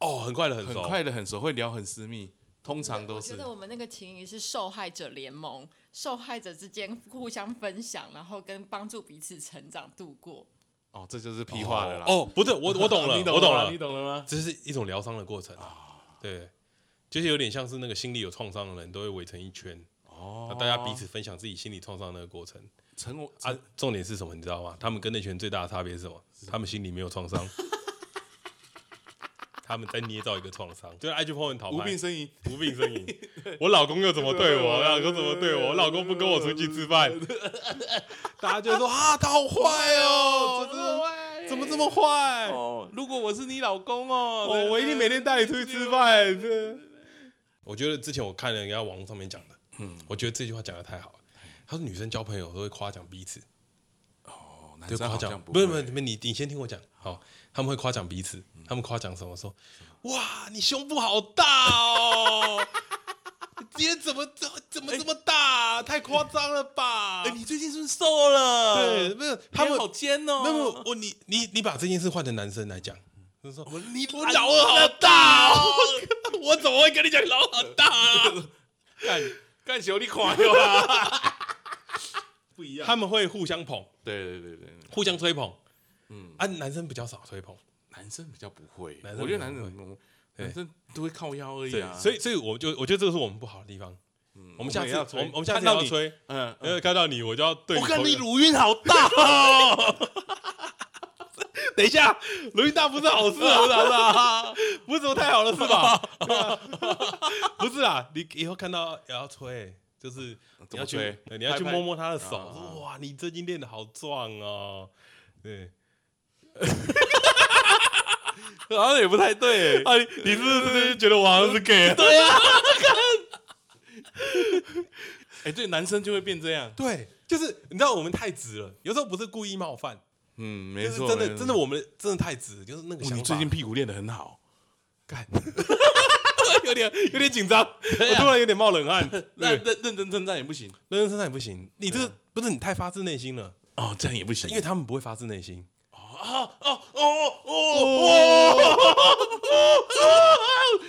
S1: 哦，很快的很
S2: 很
S1: 熟，
S2: 快的很熟，会聊很私密，通常都
S3: 我
S2: 是
S3: 觉。得我们那个情谊是受害者联盟，受害者之间互相分享，然后跟帮助彼此成长度过。
S2: 哦，这就是屁话了啦。
S1: 哦，不是我我懂了，
S2: 你懂
S1: 我懂
S2: 吗
S1: 了
S2: 你，懂了哦吗？
S1: 这是一种疗伤的过程啊，对，就是有点像是那个心理有创伤的人都会围成一圈，
S2: 哦
S1: 大家彼此分享自己心理创伤的那个过程。
S2: 成我
S1: 啊，重点是什么？你知道吗？他们跟那群人最大的差别是什么？他们心里没有创伤，他们在捏造一个创伤，就是 IG po 文讨
S2: 无
S1: 拍
S2: 病，呻吟。
S1: 无 病呻吟。我老公又怎么对我？我老公怎么对我？我老公不跟我出去吃饭，大家就说啊，他好坏哦，
S2: 么
S1: 怎么这么坏？
S2: 哦？如果我是你老公哦，
S1: 哦，我一定每天带你出去吃饭。这我觉得之前我看了人家网络上面讲的，嗯，我觉得这句话讲的太好了。他说女生交朋友都会夸奖彼此，
S2: 哦，男
S1: 对，
S2: 生
S1: 夸
S2: 好
S1: 奖
S2: 像，
S1: 不
S2: 会
S1: 是不是，你们你你先听我讲，好，他们会夸奖彼此，他们夸奖什么？说，哇，你胸部好大哦，你今天怎么怎怎么这么大？啊太夸张了吧？
S2: 哎，你最近是不是瘦了？
S1: 对，，不是他们
S2: 好，尖哦。
S1: 那么我你你你把这件事换成男生来讲，就是说，
S2: 我你
S1: 我老二好大哦，我怎么会跟你讲老二好大啊？
S2: 干干球，你垮掉 啦。不一样。
S1: 他们会互相捧，
S2: 对对对对对，
S1: 互相吹捧，嗯，
S2: 嗯
S1: 啊，男生比较少吹捧，
S2: 男生比较不会，
S1: 男生
S2: 我觉
S1: 比较
S2: 得男
S1: 不
S2: 生
S1: 对
S2: 男生都会靠腰而已
S1: 对
S2: 啊。，嗯
S1: 所以所以我就我觉得这个是我们不好的地方。我们下次
S2: 也要吹
S1: 我们我们下次也
S2: 看到
S1: 要
S2: 你
S1: 吹，
S2: 嗯，
S1: 因呃为看到你我就要对
S2: 我看
S1: 投
S2: 你
S1: 个
S2: 乳晕好大哦。
S1: 等一下，鲁豫大不是好事啊，不是好事 啊，不是什么太好的事吧？对啊 不是啊，你以后看到也要吹，就是
S2: 怎
S1: 你
S2: 么
S1: 要去
S2: 吹，
S1: 对你要去
S2: 拍拍
S1: 摸摸他的手，
S2: 啊啊啊
S1: 说哇，你最近练的好壮哦，对。
S2: 好像也不太对。啊
S1: 啊，你是不是觉得我好像是 gay？对啊
S2: 哎，对，男生就会变这样。
S1: 对，就是你知道我们太直了，有时候不是故意冒犯，
S2: 嗯，没
S1: 就是
S2: 错，
S1: 真
S2: 没
S1: 的
S2: 错
S1: 真的我们真的太直了，就是那个
S2: 哦
S1: 想法。
S2: 屁股练得很好，
S1: 干， 有点有点紧张，我突然有点冒冷 汗。
S2: 啊那啊
S1: 对，
S2: 认认真称赞也不行
S1: 认真生产也不行，你这个不是你太发自内心了，
S2: 哦，这样也不行
S1: 因为他们不会发自内心。
S2: 哦哦，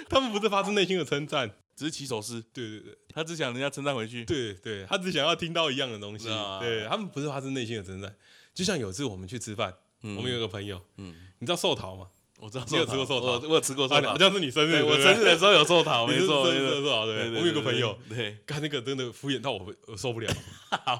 S1: 他们不是发自内心的称赞，
S2: 只是起手式，
S1: 对对对
S2: 他只想人家称赞回去。
S1: 对对，他只想要听到一样的东西
S2: 啊，
S1: 对他们不是发自内心的称赞。就像有一次我们去吃饭，我们有一个朋友，
S2: 嗯，
S1: 你知道寿桃吗？
S2: 我知道，
S1: 你有吃过寿桃
S2: 我我有吃过寿
S1: 啊
S2: 桃
S1: 好，像是你生日，
S2: 对
S1: 对不
S2: 我
S1: 对
S2: 生日的时候有寿桃，没 错，
S1: 你是
S2: 没
S1: 不是生日
S2: 错。
S1: 寿桃啊对
S2: 对
S1: 不
S2: 对
S1: 对。我有个朋友，
S2: 对，
S1: 干那个真的敷衍到我我受不 了，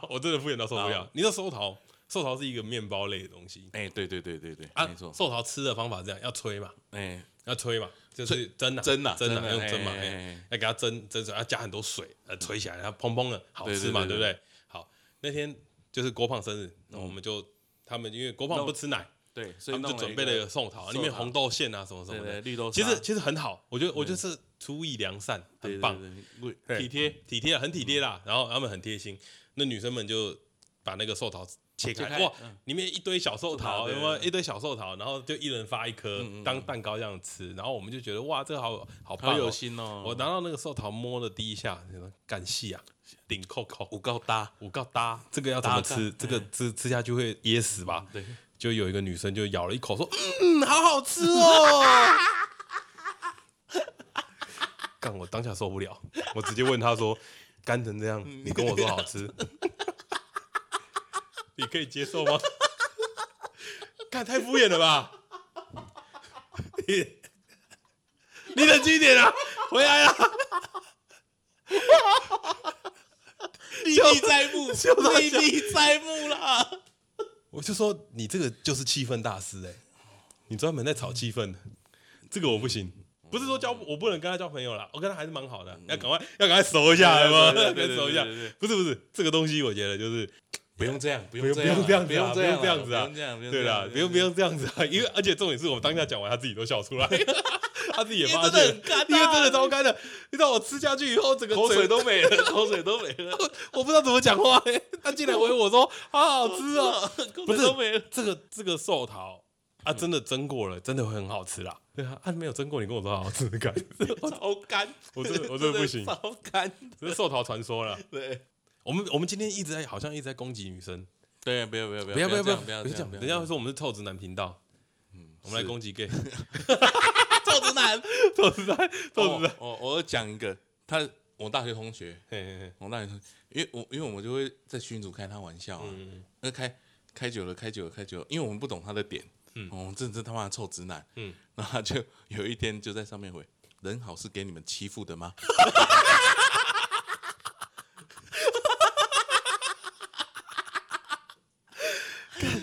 S1: 我真的敷衍到受不了。你知道寿桃，寿桃是一个面包类的东西
S2: 哎，对对对对对，
S1: 啊
S2: 没，错，
S1: 寿桃吃的方法是这样，要吹嘛，
S2: 哎，
S1: 要吹嘛，就是蒸啊，
S2: 蒸啊
S1: 蒸
S2: 蒸
S1: 啊，
S2: 啊
S1: 用蒸嘛，
S2: 哎哎
S1: 哎
S2: 哎
S1: 要给它蒸蒸水，要加很多水，呃，吹起来，然后砰砰的，好吃嘛，
S2: 嗯
S1: 对
S2: 对对对
S1: 不对？好，那天就是郭胖生日，我们就他们因为郭胖不吃奶，
S2: 对，所
S1: 他
S2: 以
S1: 们就
S2: 弄一
S1: 准备了一个寿桃，
S2: 寿
S1: 里面
S2: 桃
S1: 红豆馅啊什么什
S2: 对
S1: 么的
S2: 对，绿豆
S1: 其
S2: 沙，
S1: 实其实很好，我觉得我觉得是出意良善，
S2: 嗯对
S1: 很棒。，
S2: 对对
S1: 体
S2: 体
S1: 贴体贴，很体贴啦。然后他们很贴心，那女生们就把那个寿桃切
S2: 切
S1: 开，
S2: 开
S1: 哇
S2: 嗯，
S1: 里面一堆小寿
S2: 寿桃
S1: 桃，
S2: 对
S1: 什么
S2: 对嗯
S1: 一堆小寿桃，然后就一人发一颗当蛋糕这样吃。然后我们就觉得哇，这个好好棒
S2: 好有
S1: 哦！
S2: 心哦，
S1: 我拿到那个寿桃摸了第一下，就说感谢啊，顶扣扣，
S2: 五高搭，
S1: 我告搭，这个要怎么
S2: 搭嗯
S1: 吃？这个吃吃下去会噎死吧？
S2: 对，
S1: 就有一个女生就咬了一口说：“嗯，好好吃哦。” 干我当下受不了，我直接问她说：“干成这样，你跟我说好吃，你可以接受吗？”干太敷衍了吧！你你冷静一点啊，回来啊！
S2: 历历在目，
S1: 他
S2: 历历在目啦。
S1: 我就说你这个就是气氛大师哎、你专门在炒气氛的，这个我不行。不是说交我不能跟他交朋友啦，我跟他还是蛮好的，要赶快要赶快熟一下，
S2: 对
S1: 有没有？
S2: 对
S1: 赶
S2: 对对
S1: 快熟一下
S2: 对对对对。
S1: 不是不是，这个东西我觉得就是
S2: 不用这样，
S1: 不
S2: 不用
S1: 用不
S2: 啊
S1: 用
S2: 不
S1: 这样
S2: 用
S1: 子啊
S2: 啊，
S1: 不用
S2: 这样，
S1: 对啦，不用不用这样子啊，因为而且重点是我们当下讲完，他自己都笑出来， 他自己也
S2: 因为
S1: 发
S2: 真的
S1: 现
S2: 很干啊，
S1: 因为真的超干的。你知道我吃下去以后，整个
S2: 口
S1: 嘴
S2: 水都没了， 口水都没了，
S1: 我不知道怎么讲话、欸，他竟然回我说好好吃哦、
S2: 口
S1: 不
S2: 水
S1: 是
S2: 都没了。
S1: 这个这个寿桃啊，真的蒸过了，真的会很好吃啦。对啊，啊没有蒸过，你跟我说好好吃感，
S2: 超干，
S1: 我真的我真的不行
S2: 超干，
S1: 这是寿桃传说了。
S2: 对
S1: 我们我们今天一直在好像一直在攻击女生，
S2: 对，不要不要不
S1: 不要不要
S2: 不
S1: 要，
S2: 不要
S1: 这样，人家会说我们是臭直男频道，我们来
S2: 是
S1: 攻击 gay，
S2: 臭直男，
S1: 臭直男，臭直男。
S2: 我我我讲一个，他我大学同学，
S1: 哦嘿嘿嘿
S2: 我大学同学，因为我因为我们就会在群组开他玩笑啊，
S1: 嗯，
S2: 那开开久了，开久了，开久了，因为我们不懂他的点，嗯，我们真真他妈的臭直男，
S1: 嗯
S2: 嗯，然后他就有一天就在上面回，人好是给你们欺负的吗？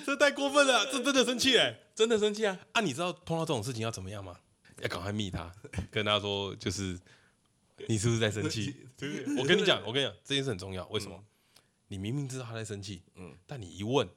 S1: 这太过分了，这真的生气哎、
S2: 真的生气啊，
S1: 啊，你知道碰到这种事情要怎么样吗？要赶快密他，跟他说就是你是不是在生气？我跟你讲，我跟你讲，这件事很重要。为什么？
S2: 嗯
S1: 你明明知道他在生气，嗯，但你一问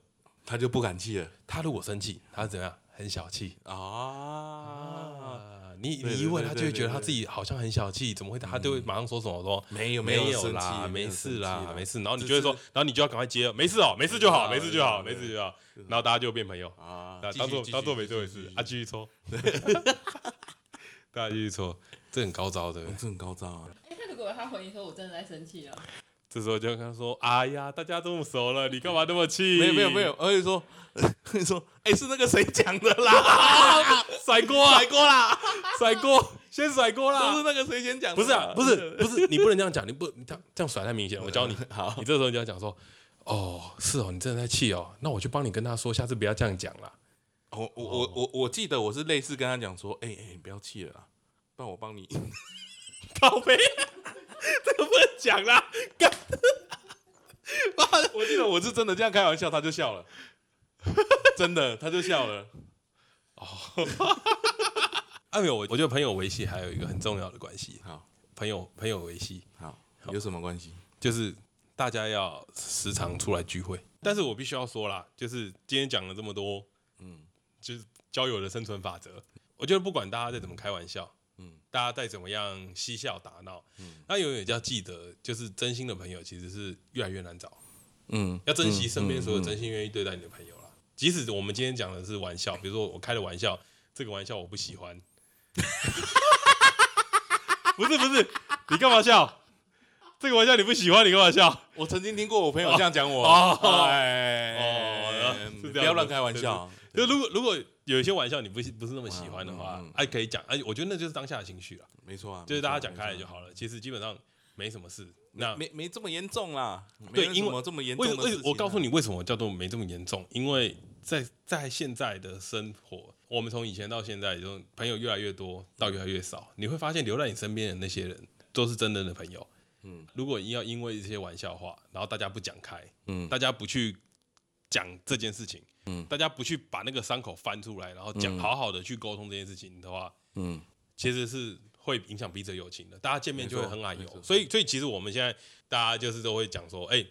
S2: 他就不敢气了
S1: 他，如果生气，他是怎么样？很小气
S2: 啊。
S1: 啊！你
S2: 对
S1: 你一问
S2: 对
S1: 他，
S2: 对
S1: 就会
S2: 对
S1: 觉得
S2: 对嗯
S1: 他自己好像很小气，怎么会？他就会马上说什么说
S2: 没有
S1: 没
S2: 有
S1: 有
S2: 生
S1: 啦，
S2: 气，没
S1: 没
S2: 有
S1: 事
S2: 生气
S1: 啦，没事。然后你
S2: 这
S1: 就会说
S2: 是，
S1: 然后你就要赶快接，没事哦，没事就好，
S2: 对
S1: 没
S2: 啊
S1: 事就好，
S2: 对
S1: 没
S2: 啊
S1: 事就好。然后大家就变朋友。
S2: 啊
S1: 啊，
S2: 继续
S1: 当做
S2: 继续
S1: 当做没
S2: 继续
S1: 这回
S2: 继
S1: 事
S2: 续
S1: 啊，继续抽， 大家继续抽，这很高招的。
S2: 这很高招啊！
S3: 哎，那如果他回你说我真的在生气了，
S1: 这时候就跟他说：“哎呀，大家这么熟了，你干嘛那么气？”
S2: 没有没有没有，，而且说， 而且说，哎，是那个谁讲的啦，
S1: 甩锅 啊，甩锅啦，甩锅，先甩锅
S2: 都是
S1: 啦。
S2: 那个谁先讲的
S1: 不
S2: 啦，
S1: 是啊，不是不是，你不能这样讲，你不你这样这样甩太明显。我 教你，
S2: 好
S1: 你这时候你就要讲说：“哦，是哦，你真的在气哦，那我去帮你跟他说，下次不要这样讲啦。
S2: 哦我我
S1: 哦
S2: 我我我记得我是类似跟他讲说，哎、哎、你不要气了啦，不然我帮你。
S1: 靠背，这个不能讲啦。
S2: 我记得我是真的这样开玩笑，他就笑了， 真的他就笑了。
S1: 啊，没有，我我觉得朋友维系还有一个很重要的关系，
S2: 好
S1: 朋友朋友维系
S2: 好，有什么关系？
S1: 就是大家要时常出来聚会。但是我必须要说啦，就是今天讲了这么多，
S2: 嗯
S1: 就是交友的生存法则，我觉得不管大家再怎么开玩笑，嗯
S2: 嗯，
S1: 大家再怎么样嬉笑打闹，嗯
S2: 嗯，
S1: 那永远要记得，就是真心的朋友其实是越来越难找，
S2: 嗯，
S1: 要珍惜身边所有
S2: 嗯
S1: 真心愿意对待你的朋友啦。即使我们今天讲的是玩笑，比如说我开的玩笑，这个玩笑我不喜欢， 不是不是，你干嘛笑？这个玩笑你不喜欢，你干嘛笑？
S2: 我曾经听过我朋友这样讲我，
S1: 嗯哦
S2: 哎
S1: 哦是这样子
S2: 不要乱开玩笑。
S1: 就如果如果有一些玩笑你不喜不是那么喜欢的话
S2: 嗯嗯嗯，
S1: 哎，可以讲，哎，我觉得那就是当下的情绪啊，
S2: 没错啊，
S1: 就是大家讲开
S2: 了
S1: 来就。好了。其实基本上没什么事。
S2: 没
S1: 那
S2: 没没这么严重啦，
S1: 对
S2: 没有
S1: 因为
S2: 什么这么严重
S1: 为
S2: 的
S1: 什
S2: 事
S1: 么？为
S2: 情啊
S1: 什么我告诉你为什么叫做没这么严重，因为在在现在的生活，我们从以前到现在，就朋友越来越多，到越来越少，你会发现留在你身边的那些人都是真正的朋友。
S2: 嗯
S1: 嗯，如果你要因为这些玩笑话，然后大家不讲开，
S2: 嗯
S1: 大家不去讲这件事情，
S2: 嗯
S1: 嗯，大家不去把那个伤口翻出来，然后讲好好的去沟通这件事情的话，
S2: 嗯，
S1: 其实是会影响彼此的友情的。大家见面就会很矮
S2: 没错没
S1: 油，
S2: 错
S1: 所以所以其实我们现在大家就是都会讲说，哎、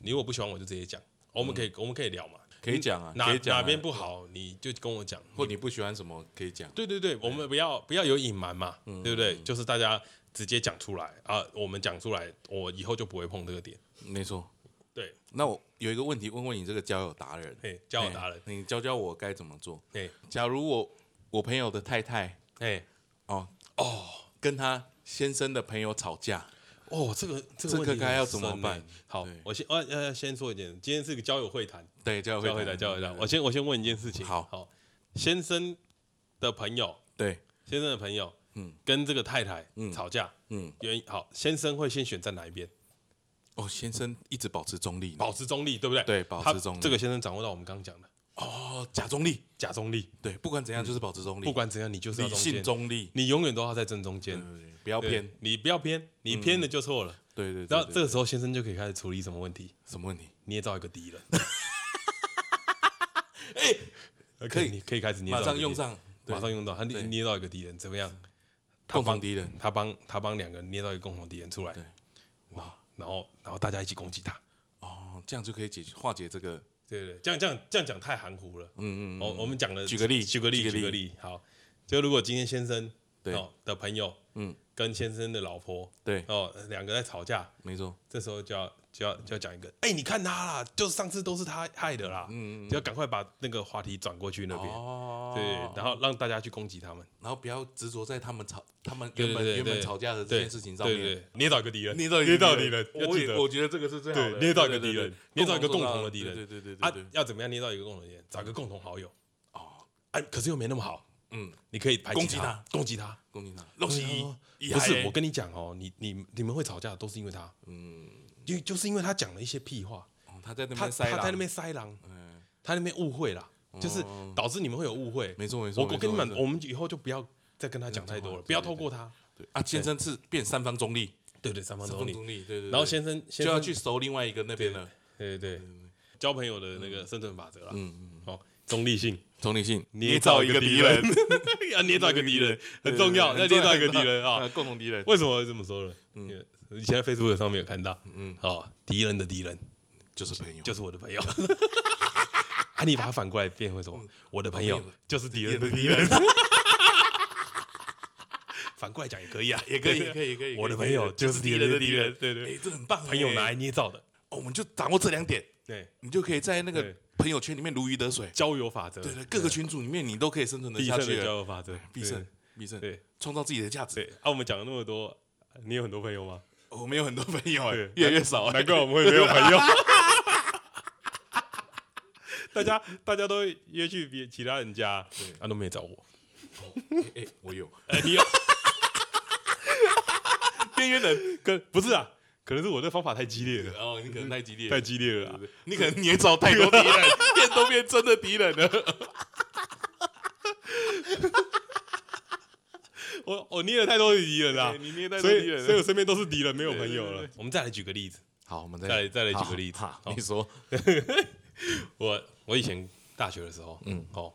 S1: 你如果不喜欢我就直接讲，我们可以、我们可以聊嘛，
S2: 嗯可以讲啊，
S1: 哪
S2: 可以讲啊
S1: 哪边不，好你就跟我讲，
S2: 或你不喜欢什么可以讲。
S1: 对对对，我们不要不要有隐瞒嘛，
S2: 嗯
S1: 对不对？就是大家直接讲出来啊，我们讲出来，我以后就不会碰这个点。
S2: 没错。
S1: 对，
S2: 那我有一个问题问问你这个交友达人，
S1: 哎，教我达人
S2: 哎，你教教我该怎么做？
S1: 哎
S2: 假如我我朋友的太太
S1: 哎，
S2: 哦哦跟她先生的朋友吵架，
S1: 哦，这个这
S2: 这
S1: 个问
S2: 个
S1: 题
S2: 该
S1: 很
S2: 要怎么
S1: 深欸
S2: 办？
S1: 好
S2: 对，
S1: 我先呃呃先说一件，今天是个交友会谈，
S2: 对，交友
S1: 交友
S2: 会
S1: 会
S2: 谈
S1: 谈，交友会谈。我先我先问一件事情，
S2: 好
S1: 好，先生的朋友，
S2: 对，
S1: 先生的朋友，
S2: 嗯
S1: 嗯，跟这个太太
S2: 嗯
S1: 吵架，
S2: 嗯，
S1: 原因好，先生会先选在哪一边？
S2: 哦，先生一直保持中立呢，
S1: 保持中立，对不对？
S2: 对保
S1: 他
S2: 持中立
S1: 这个先生掌握到我们刚刚讲的
S2: 哦假中立，
S1: 假中立，
S2: 对，不管怎样就是保持中立，
S1: 嗯不管怎样，你就是要
S2: 嗯理
S1: 中
S2: 性
S1: 间，
S2: 中立，
S1: 你永远都要在正中间
S2: 对，对对不要
S1: 对
S2: 偏，，
S1: 你不要偏，你偏了就错了。
S2: 对对。对
S1: 然后
S2: 对
S1: 这个时候，先生就可以开始处理什么问题，
S2: 什么问题？
S1: 捏造一个敌 人。哎，
S2: 可以
S1: 你可以开始捏造
S2: 马
S1: 一个
S2: 上
S1: 敌人，
S2: 用上，对
S1: 马上用到，他捏
S2: 对
S1: 捏到一个敌人，怎么样？
S2: 共同敌人，
S1: 他帮他帮两个人捏到一个共同敌人出来
S2: 对，
S1: 哇！然后然后大家一起攻击他，
S2: 哦，这样就可以解决化解这个，
S1: 对对，对这样这样这样讲太含糊了。哦
S2: 嗯嗯，
S1: 我我们讲的
S2: 举个例
S1: 举个例，
S2: 举个例
S1: 举个例。好，就如果今天先生
S2: 对
S1: 哦的朋友，
S2: 嗯
S1: 嗯，跟先生的老婆
S2: 对，
S1: 哦两个在吵架，
S2: 没错，
S1: 这时候就要就要就要讲一个，哎，你看他啦，就是上次都是他害的啦，
S2: 嗯
S1: 就要赶快把那个话题转过去那边。
S2: 哦
S1: 对，然后让大家去攻击他们，
S2: 然后不要执着在他们吵，他们
S1: 对对
S2: 原本
S1: 对
S2: 原本
S1: 对
S2: 吵架的这
S1: 对
S2: 件事情上
S1: 对
S2: 面，
S1: 对，捏到一个敌人，
S2: 捏到一个
S1: 捏到
S2: 敌
S1: 敌人，要
S2: 我
S1: 记
S2: 也
S1: 得
S2: 我觉得这个是最好的，
S1: 对捏到一个
S2: 对
S1: 敌人
S2: 对对
S1: 捏到一个
S2: 做
S1: 共同的敌人
S2: 对对对对
S1: 啊
S2: 对，，
S1: 要怎么样捏到一个共同点？找个共同好友。哦，啊，可是又没那么好，
S2: 嗯，
S1: 你可以排挤
S2: 攻击他
S1: 他，攻击他。
S2: 恭喜他，恭喜
S1: 哦
S2: 一，
S1: 不是，我跟你讲哦，你你你们会吵架都是因为他，
S2: 嗯，
S1: 就就是因为他讲了一些屁话，
S2: 哦他在那
S1: 他
S2: 边塞
S1: 他
S2: 啦
S1: 在那，边塞狼，
S2: 嗯，
S1: 他那边误会啦，就是导致你们会有误会。
S2: 没错没错，
S1: 我我
S2: 没错
S1: 跟你们
S2: 没，错
S1: 我们以后就不要再跟他讲太多了，
S2: 对
S1: 不要透过他。
S2: 对啊，先生是变三方中立，
S1: 对对，三方
S2: 三
S1: 中
S2: 方
S1: 立。
S2: 中立，对对，对
S1: 然后先生
S2: 就
S1: 先
S2: 要
S1: 生
S2: 去熟另外一个那边了，
S1: 对对对，交朋友的那个生存法则啦。
S2: 嗯
S1: 嗯，好，中立性。
S2: 中立性，
S1: 捏造一个敌人，要捏造一个敌人 很重要，要捏造一个敌 人啊！，
S2: 共同敌人，
S1: 为什么会这么说呢？因为以前在 Facebook 上面有看到，嗯，哦，敌人的敌人
S2: 就是朋友，
S1: 就是我的朋友。 啊，你把它反过来变会什么？嗯我的朋友就是敌人的敌人。反过来 讲也可以啊，
S2: 也可以也可以也可以
S1: 我的朋友就是敌人的敌人，对
S2: 哎
S1: 对，，
S2: 这很棒，
S1: 朋友拿来
S2: 来，
S1: 捏造的，
S2: 哦我们就掌握这两点，
S1: 对，
S2: 你就可以在那个
S1: 对
S2: 朋友圈里面如鱼得水，
S1: 交友法则，
S2: 对对，各个群组里面你都可以生存的
S1: 必
S2: 下
S1: 胜
S2: 去
S1: 的
S2: 了
S1: 交友法则，
S2: 必胜，必 胜，
S1: 对
S2: 创造自己的价值。
S1: 对，啊，我们讲了那么多，你有很多朋友吗？
S2: 我们有很多朋友哎
S1: 对，
S2: 越来越少哎
S1: 难，怪 我们会没有朋友。大家大家都约去别其他人家，啊都没找 我，
S2: 哎，我有，
S1: 哎你有边缘人跟不是啊，可能是我的方法太激烈了，
S2: 然哦后你可能太激烈了，
S1: 太激烈了啊、
S2: 对对 你可能捏造太多敌 人，变都变真的敌人了。
S1: 我我捏了太多的敌人啦、
S2: 对你捏太多
S1: 所
S2: 敌
S1: 以
S2: 人了
S1: 所以我身边都是敌人，没有朋友
S2: 对对对
S1: 了。我们再来举个例子，
S2: 好，我们再
S1: 再来再来举个例子
S2: 好
S1: 好
S2: 你说，
S1: 我我以前大学的时候，嗯，哦，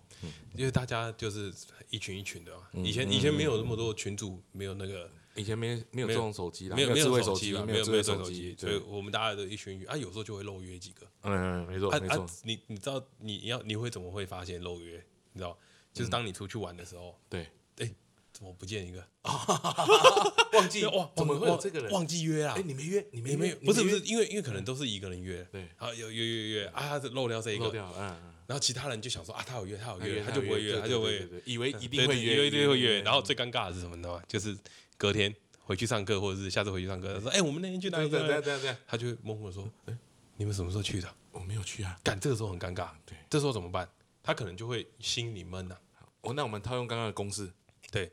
S1: 因为大家就是一群一群的嘛，
S2: 嗯
S1: 以前以前没有那么多群主，没有那个。
S2: 以前没没有
S1: 没
S2: 这
S1: 有
S2: 种手机啦，
S1: 没有
S2: 没
S1: 有
S2: 智慧
S1: 手
S2: 机
S1: 吧，，没
S2: 有
S1: 有
S2: 智
S1: 没
S2: 慧
S1: 有智慧手
S2: 机
S1: 机，，所以
S2: 对，
S1: 我们大家都一群一群啊，有时候就会漏约几个。
S2: 嗯，没错
S1: 啊
S2: 没
S1: 啊
S2: 错，，
S1: 你你知道你你要你会怎么会发现漏约？你知道，就是当你出去玩的时候，
S2: 对，
S1: 哎，怎么不见一个？
S2: 忘嗯记
S1: 就哇，
S2: 怎么
S1: 忘
S2: 会有这个人？
S1: 忘记约啊
S2: 哎，？你没约，你没
S1: 你没
S2: 约，
S1: 有不是
S2: 你
S1: 不
S2: 没约嗯
S1: 是，因为因为可能都是一个人约，
S2: 对
S1: 好有约约约啊，他漏掉这一
S2: 漏
S1: 个，
S2: 掉了，嗯嗯。
S1: 然后其他人就想说啊，他有约，他有
S2: 约
S1: 约，他就不会约，他就不会约，
S2: 对对对对以为一
S1: 对
S2: 定会
S1: 对
S2: 约，
S1: 一定会约。然后最尴尬的是什么，你知道吗？就是隔天回去上课，或者是下次回去上课，他说：“哎、我们那天去哪
S2: 对
S1: 里？”
S2: 对对对对，
S1: 他就会默默地说：“哎、你们什么时候去的？”
S2: 我没有去啊。
S1: 干，这个时候很尴尬，
S2: 对，
S1: 这时候怎么办？他可能就会心里闷呐、
S2: 哦，那我们套用刚刚的公式，
S1: 对，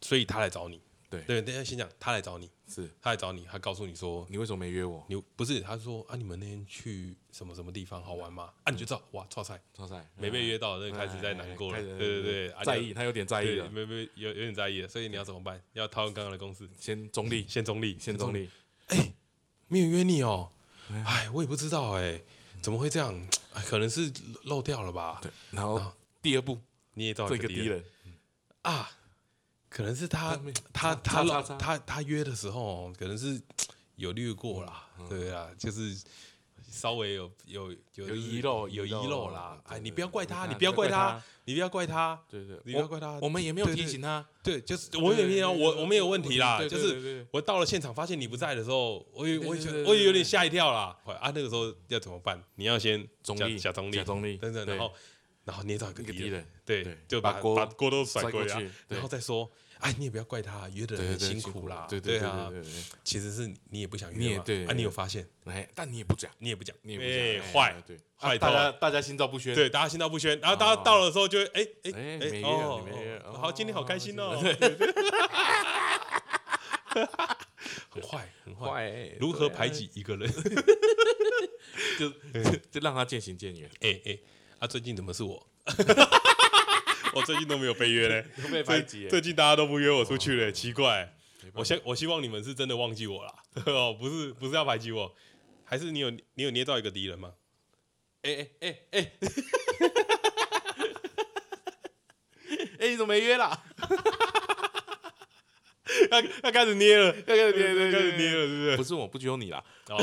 S1: 所以他来找你，
S2: 对
S1: 对，等一下先讲，他来找你，
S2: 是
S1: 他来找你，他告诉你说，
S2: 你为什么没约我？
S1: 你不是，他说啊，你们那天去什么什么地方好玩吗？啊，你就知道，哇，超菜，
S2: 超赛
S1: 没被约到，那就开始在难过了，
S2: 哎哎
S1: 对
S2: 哎
S1: 对对，啊
S2: 在意，他有点在
S1: 就
S2: 意
S1: 对，
S2: 了，
S1: 没没有有点在意了，所以你要怎么办？要套用刚刚的公式，
S2: 先中立，
S1: 先中立，
S2: 先中，立，
S1: 哎没有约你哦，
S2: 啊
S1: 哎，我也不知道哎，怎么会这样？哎可能是漏掉了吧？
S2: 对，然后
S1: 哦
S2: 第二步
S1: 你也找
S2: 做
S1: 一
S2: 一个
S1: 个
S2: 敌
S1: 敌人。
S2: 人，
S1: 啊，可能是他
S2: 他没
S1: 他他他
S2: 叉叉叉
S1: 他他约的时候，可能是有略过啦，
S2: 嗯
S1: 对啊，就是稍微有有有
S2: 有遗漏
S1: 有
S2: 遗
S1: 遗
S2: 漏
S1: 漏
S2: 对
S1: 啦。哎，
S2: 对
S1: 你不要怪
S2: 对
S1: 他，
S2: 对
S1: 你不要怪
S2: 你不要怪
S1: 他你不要怪
S2: 他，
S1: 他，
S2: 对对，
S1: 你不要
S2: 我
S1: 怪他。
S2: 我们也没有
S1: 对对
S2: 提醒他，
S1: 对，就是我也没有，
S2: 对对对
S1: 我我们也有问题啦，
S2: 对
S1: 就
S2: 对对对
S1: 是
S2: 对
S1: 我到了现场发现你不在的时候，我也我也觉得
S2: 对对对对
S1: 我也有点吓一跳啦。啊，那个时候要怎么办？你要先
S2: 中
S1: 假
S2: 立
S1: 假中立，
S2: 假中立
S1: 等等，
S2: 对
S1: 然后然后捏造一个
S2: 一个
S1: 敌
S2: 敌
S1: 人。
S2: 人，对
S1: 对，就
S2: 把
S1: 把
S2: 锅
S1: 把锅都甩
S2: 甩
S1: 过
S2: 过
S1: 啊
S2: 去对
S1: 然后再说，哎，你也不要怪他，约的
S2: 对
S1: 人
S2: 对
S1: 很
S2: 对，
S1: 辛苦啦，
S2: 对对对
S1: 啊
S2: 对，对对
S1: 其实是你也不想约嘛，
S2: 你也对
S1: 啊，你有发现，
S2: 对，哎，但你也不讲，
S1: 你也不讲，
S2: 你也不
S1: 哎
S2: 讲，哎
S1: 坏，
S2: 对，
S1: 坏
S2: 啊大
S1: 透
S2: 家
S1: 了
S2: 大家心照不宣，
S1: 对，大家心照不宣，然后大
S2: 哦
S1: 家到了的时候就会，哎哎
S2: 哎没
S1: 哎，
S2: 约
S1: 哦
S2: 你没约
S1: 哦
S2: 哦
S1: 好，今天好开心 哦，很 坏，很坏，
S2: 坏，
S1: 如何
S2: 对啊
S1: 排挤一个人？
S2: 就就让他渐行渐远，
S1: 哎哎，啊，最近怎么是 我？我最近都没有被约嘞。
S2: 被
S1: 最
S2: 排挤，哦
S1: 最近大家都不约我出去了，奇怪。
S2: 没办法
S1: 我希我希望你们是真的忘记我啦， 哦，不是不是要排挤我，还是你有你有捏到一个敌人吗？
S2: 哎哎哎 哎，哎，你怎么没约 啦？
S1: 他他开始捏了，
S2: 开始捏对对
S1: 开始
S2: 对
S1: 捏了，是不
S2: 不
S1: 是？
S2: 是我不揪你啦，
S1: 哦，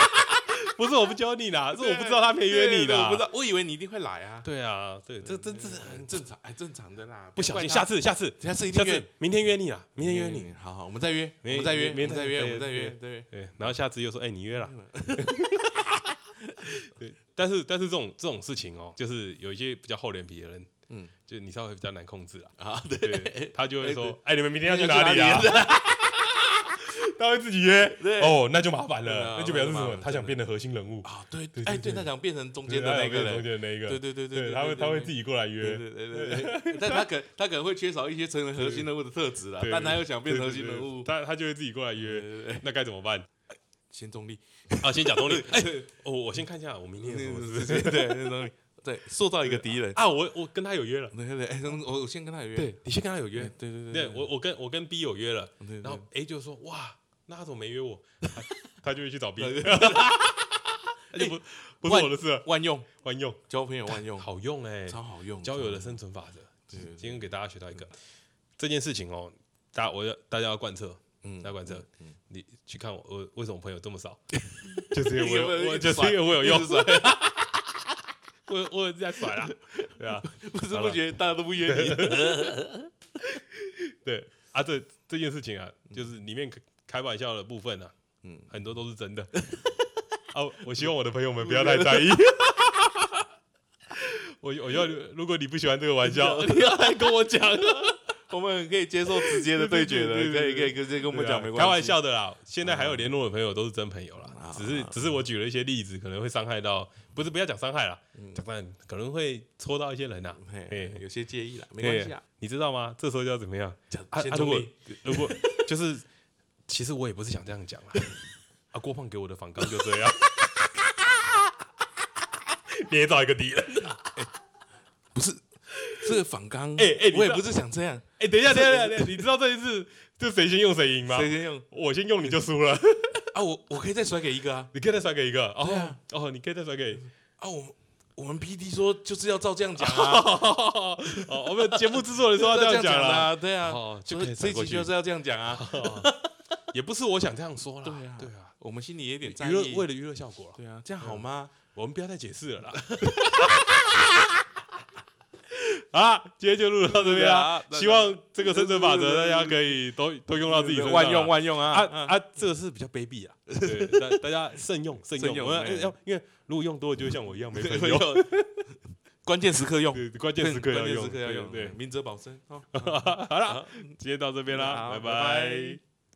S1: 不是我不教你啦，是我不知道他没约你
S2: 对我
S1: 啦
S2: 不知。道，我以为你一定会来啊，
S1: 对啊，对，这这这
S2: 很正常，哎，正常的啦，
S1: 不小心，下
S2: 次
S1: 次下次
S2: 下次一定
S1: 下
S2: 约
S1: 次，明天约你啦，明天约你。，
S2: 好好，我们再约，我
S1: 没
S2: 们再约，我
S1: 没
S2: 们再约，我
S1: 没
S2: 们再约，
S1: 没
S2: 对，
S1: 对，然后下次又说，哎，你约了。
S2: 嗯
S1: 对，但是但是这种这种事情哦，就是有一些比较厚脸皮的人，
S2: 嗯
S1: 嗯，就你稍微比较难控制啦。
S2: 啊，
S1: 对，他就会
S2: 哎
S1: 说：“哎，你们明天要去
S2: 明天
S1: 哪里啊
S2: 要去？”
S1: 他会自己约
S2: 对，
S1: 哦，那就麻烦
S2: 对啊
S1: 了，那就表示什
S2: 那就麻
S1: 么
S2: 烦？
S1: 他想变得核心人物，
S2: 啊，对
S1: 对，对
S2: 哎，对，
S1: 对
S2: 他想变成中间的那个
S1: 对中
S2: 人，
S1: 间的那一个，
S2: 对对对对
S1: 对，
S2: 对
S1: 他会
S2: 对
S1: 他会
S2: 对
S1: 自己过来
S2: 对
S1: 约，
S2: 对对对对， 但他可他可能会缺少一些成为核心人物的特质啦，
S1: 对
S2: 但他又想变
S1: 对
S2: 成核
S1: 对
S2: 心人
S1: 对
S2: 物，
S1: 他他就会自己过来
S2: 对
S1: 约，
S2: 对对，
S1: 那该怎么办？
S2: 先中立，
S1: 啊，先假动力，哎，我我先看一下我明天有什么事
S2: 对 对先中立，对，塑造一个敌人，
S1: 啊，我我跟他有约了，
S2: 对对对，哎，我我先跟他有约，
S1: 哦对你先跟他有
S2: 对
S1: 约，
S2: 对对
S1: 对我我跟我跟 B 有约了，
S2: 对对
S1: 然后 A 就说：“哇，那他怎么没约 我？”他他就会去找 B，那 就不不是我的事了，
S2: 万用，
S1: 万用。
S2: 交朋友万用，
S1: 好哎用哎、
S2: 超好用，
S1: 交友的
S2: 超好
S1: 生存法则。
S2: 对对对
S1: 今天给大家学到一个这件事情哦，大我要大家要贯彻，
S2: 用，嗯
S1: 大家贯彻。
S2: 嗯
S1: 你去看我，我为什么朋友这么少？ 就是因
S2: 你
S1: 为
S2: 有
S1: 我
S2: 没有
S1: 有，我
S2: 一直
S1: 就是
S2: 甩
S1: 因为我有用
S2: 一直甩，
S1: 我我有在甩啦， 对啊，
S2: 不知
S1: 好
S2: 不
S1: 了
S2: 觉大家都不约你，
S1: 对啊，这这件事情啊，就是里面开开玩笑的部分啊，
S2: 嗯
S1: 嗯，很多都是 真的。啊，我希望我的朋友们不要太在意。 我我要，如果你不喜欢这个玩笑， 你要来跟我讲。啊
S2: 我们可以接受直接的对决的，
S1: 对对
S2: 可
S1: 对
S2: 以可以直接跟我们讲，
S1: 对啊
S2: 没关系，
S1: 开玩，笑的啦。现在还有联络的朋友都是真朋友啦
S2: 啊，
S1: 只是只是我举了一些例子，可能会伤害到，不是不要讲伤害啦，讲伤害可能会戳到一些人呐。
S2: 嘿
S1: 嘿，
S2: 有些介意啦，没关系啊，
S1: 你知道吗？这时候就要怎么样？
S2: 讲
S1: 啊
S2: 先
S1: 啊！如
S2: 中
S1: 果
S2: 立，
S1: 如果就是，其实我也不是想这样讲 啦。啊，郭胖给我的反纲就这 样，捏造一个敌人。
S2: 不是这个反刚，
S1: 哎哎你知道
S2: 我也不是想这样，
S1: 哎、 等一下，等一下，等一下，你知道这一次就谁先用谁赢吗？
S2: 谁先用
S1: 我先用你就输了，
S2: 啊？我我可以再甩给一个啊
S1: 你可以再甩给一个。哦、
S2: 对啊
S1: 哦，你可以再甩给。
S2: 啊！我们我们 P D 说就是要照这样讲啊，
S1: 哦，我们节目制作人说要这样
S2: 讲
S1: 讲啦，
S2: 啦，对啊
S1: 哦，就
S2: 就
S1: 可以
S2: 是这
S1: 闪
S2: 一
S1: 过
S2: 期
S1: 去
S2: 就是要这样讲啊，
S1: 也不是我想这样说啦。
S2: 对啊
S1: 对啊。
S2: 我们心里也有点在
S1: 娱乐
S2: 意，
S1: 为了嗯娱乐效果啦，
S2: 对啊，这样好吗？
S1: 我们不要再解释了啦。 好啦，今天就录到这边啦。
S2: 对啊
S1: 希望这个生存法则 大家可以都都用到自己身上啦。
S2: 万用万用啊
S1: 啊啊，这个是比较卑鄙啊， 对，大大家慎用慎
S2: 慎
S1: 用。
S2: 用
S1: 我
S2: 哎
S1: 们要因为如果用多了，就会像我一样没朋
S2: 对
S1: 友。
S2: 关键时刻用，
S1: 对 关键时刻要
S2: 关键
S1: 用，
S2: 时刻要
S1: 对
S2: 用，
S1: 对，
S2: 明哲保身。哦
S1: 好了，今天到这边啦，
S2: 好
S1: 拜
S2: 拜拜
S1: 拜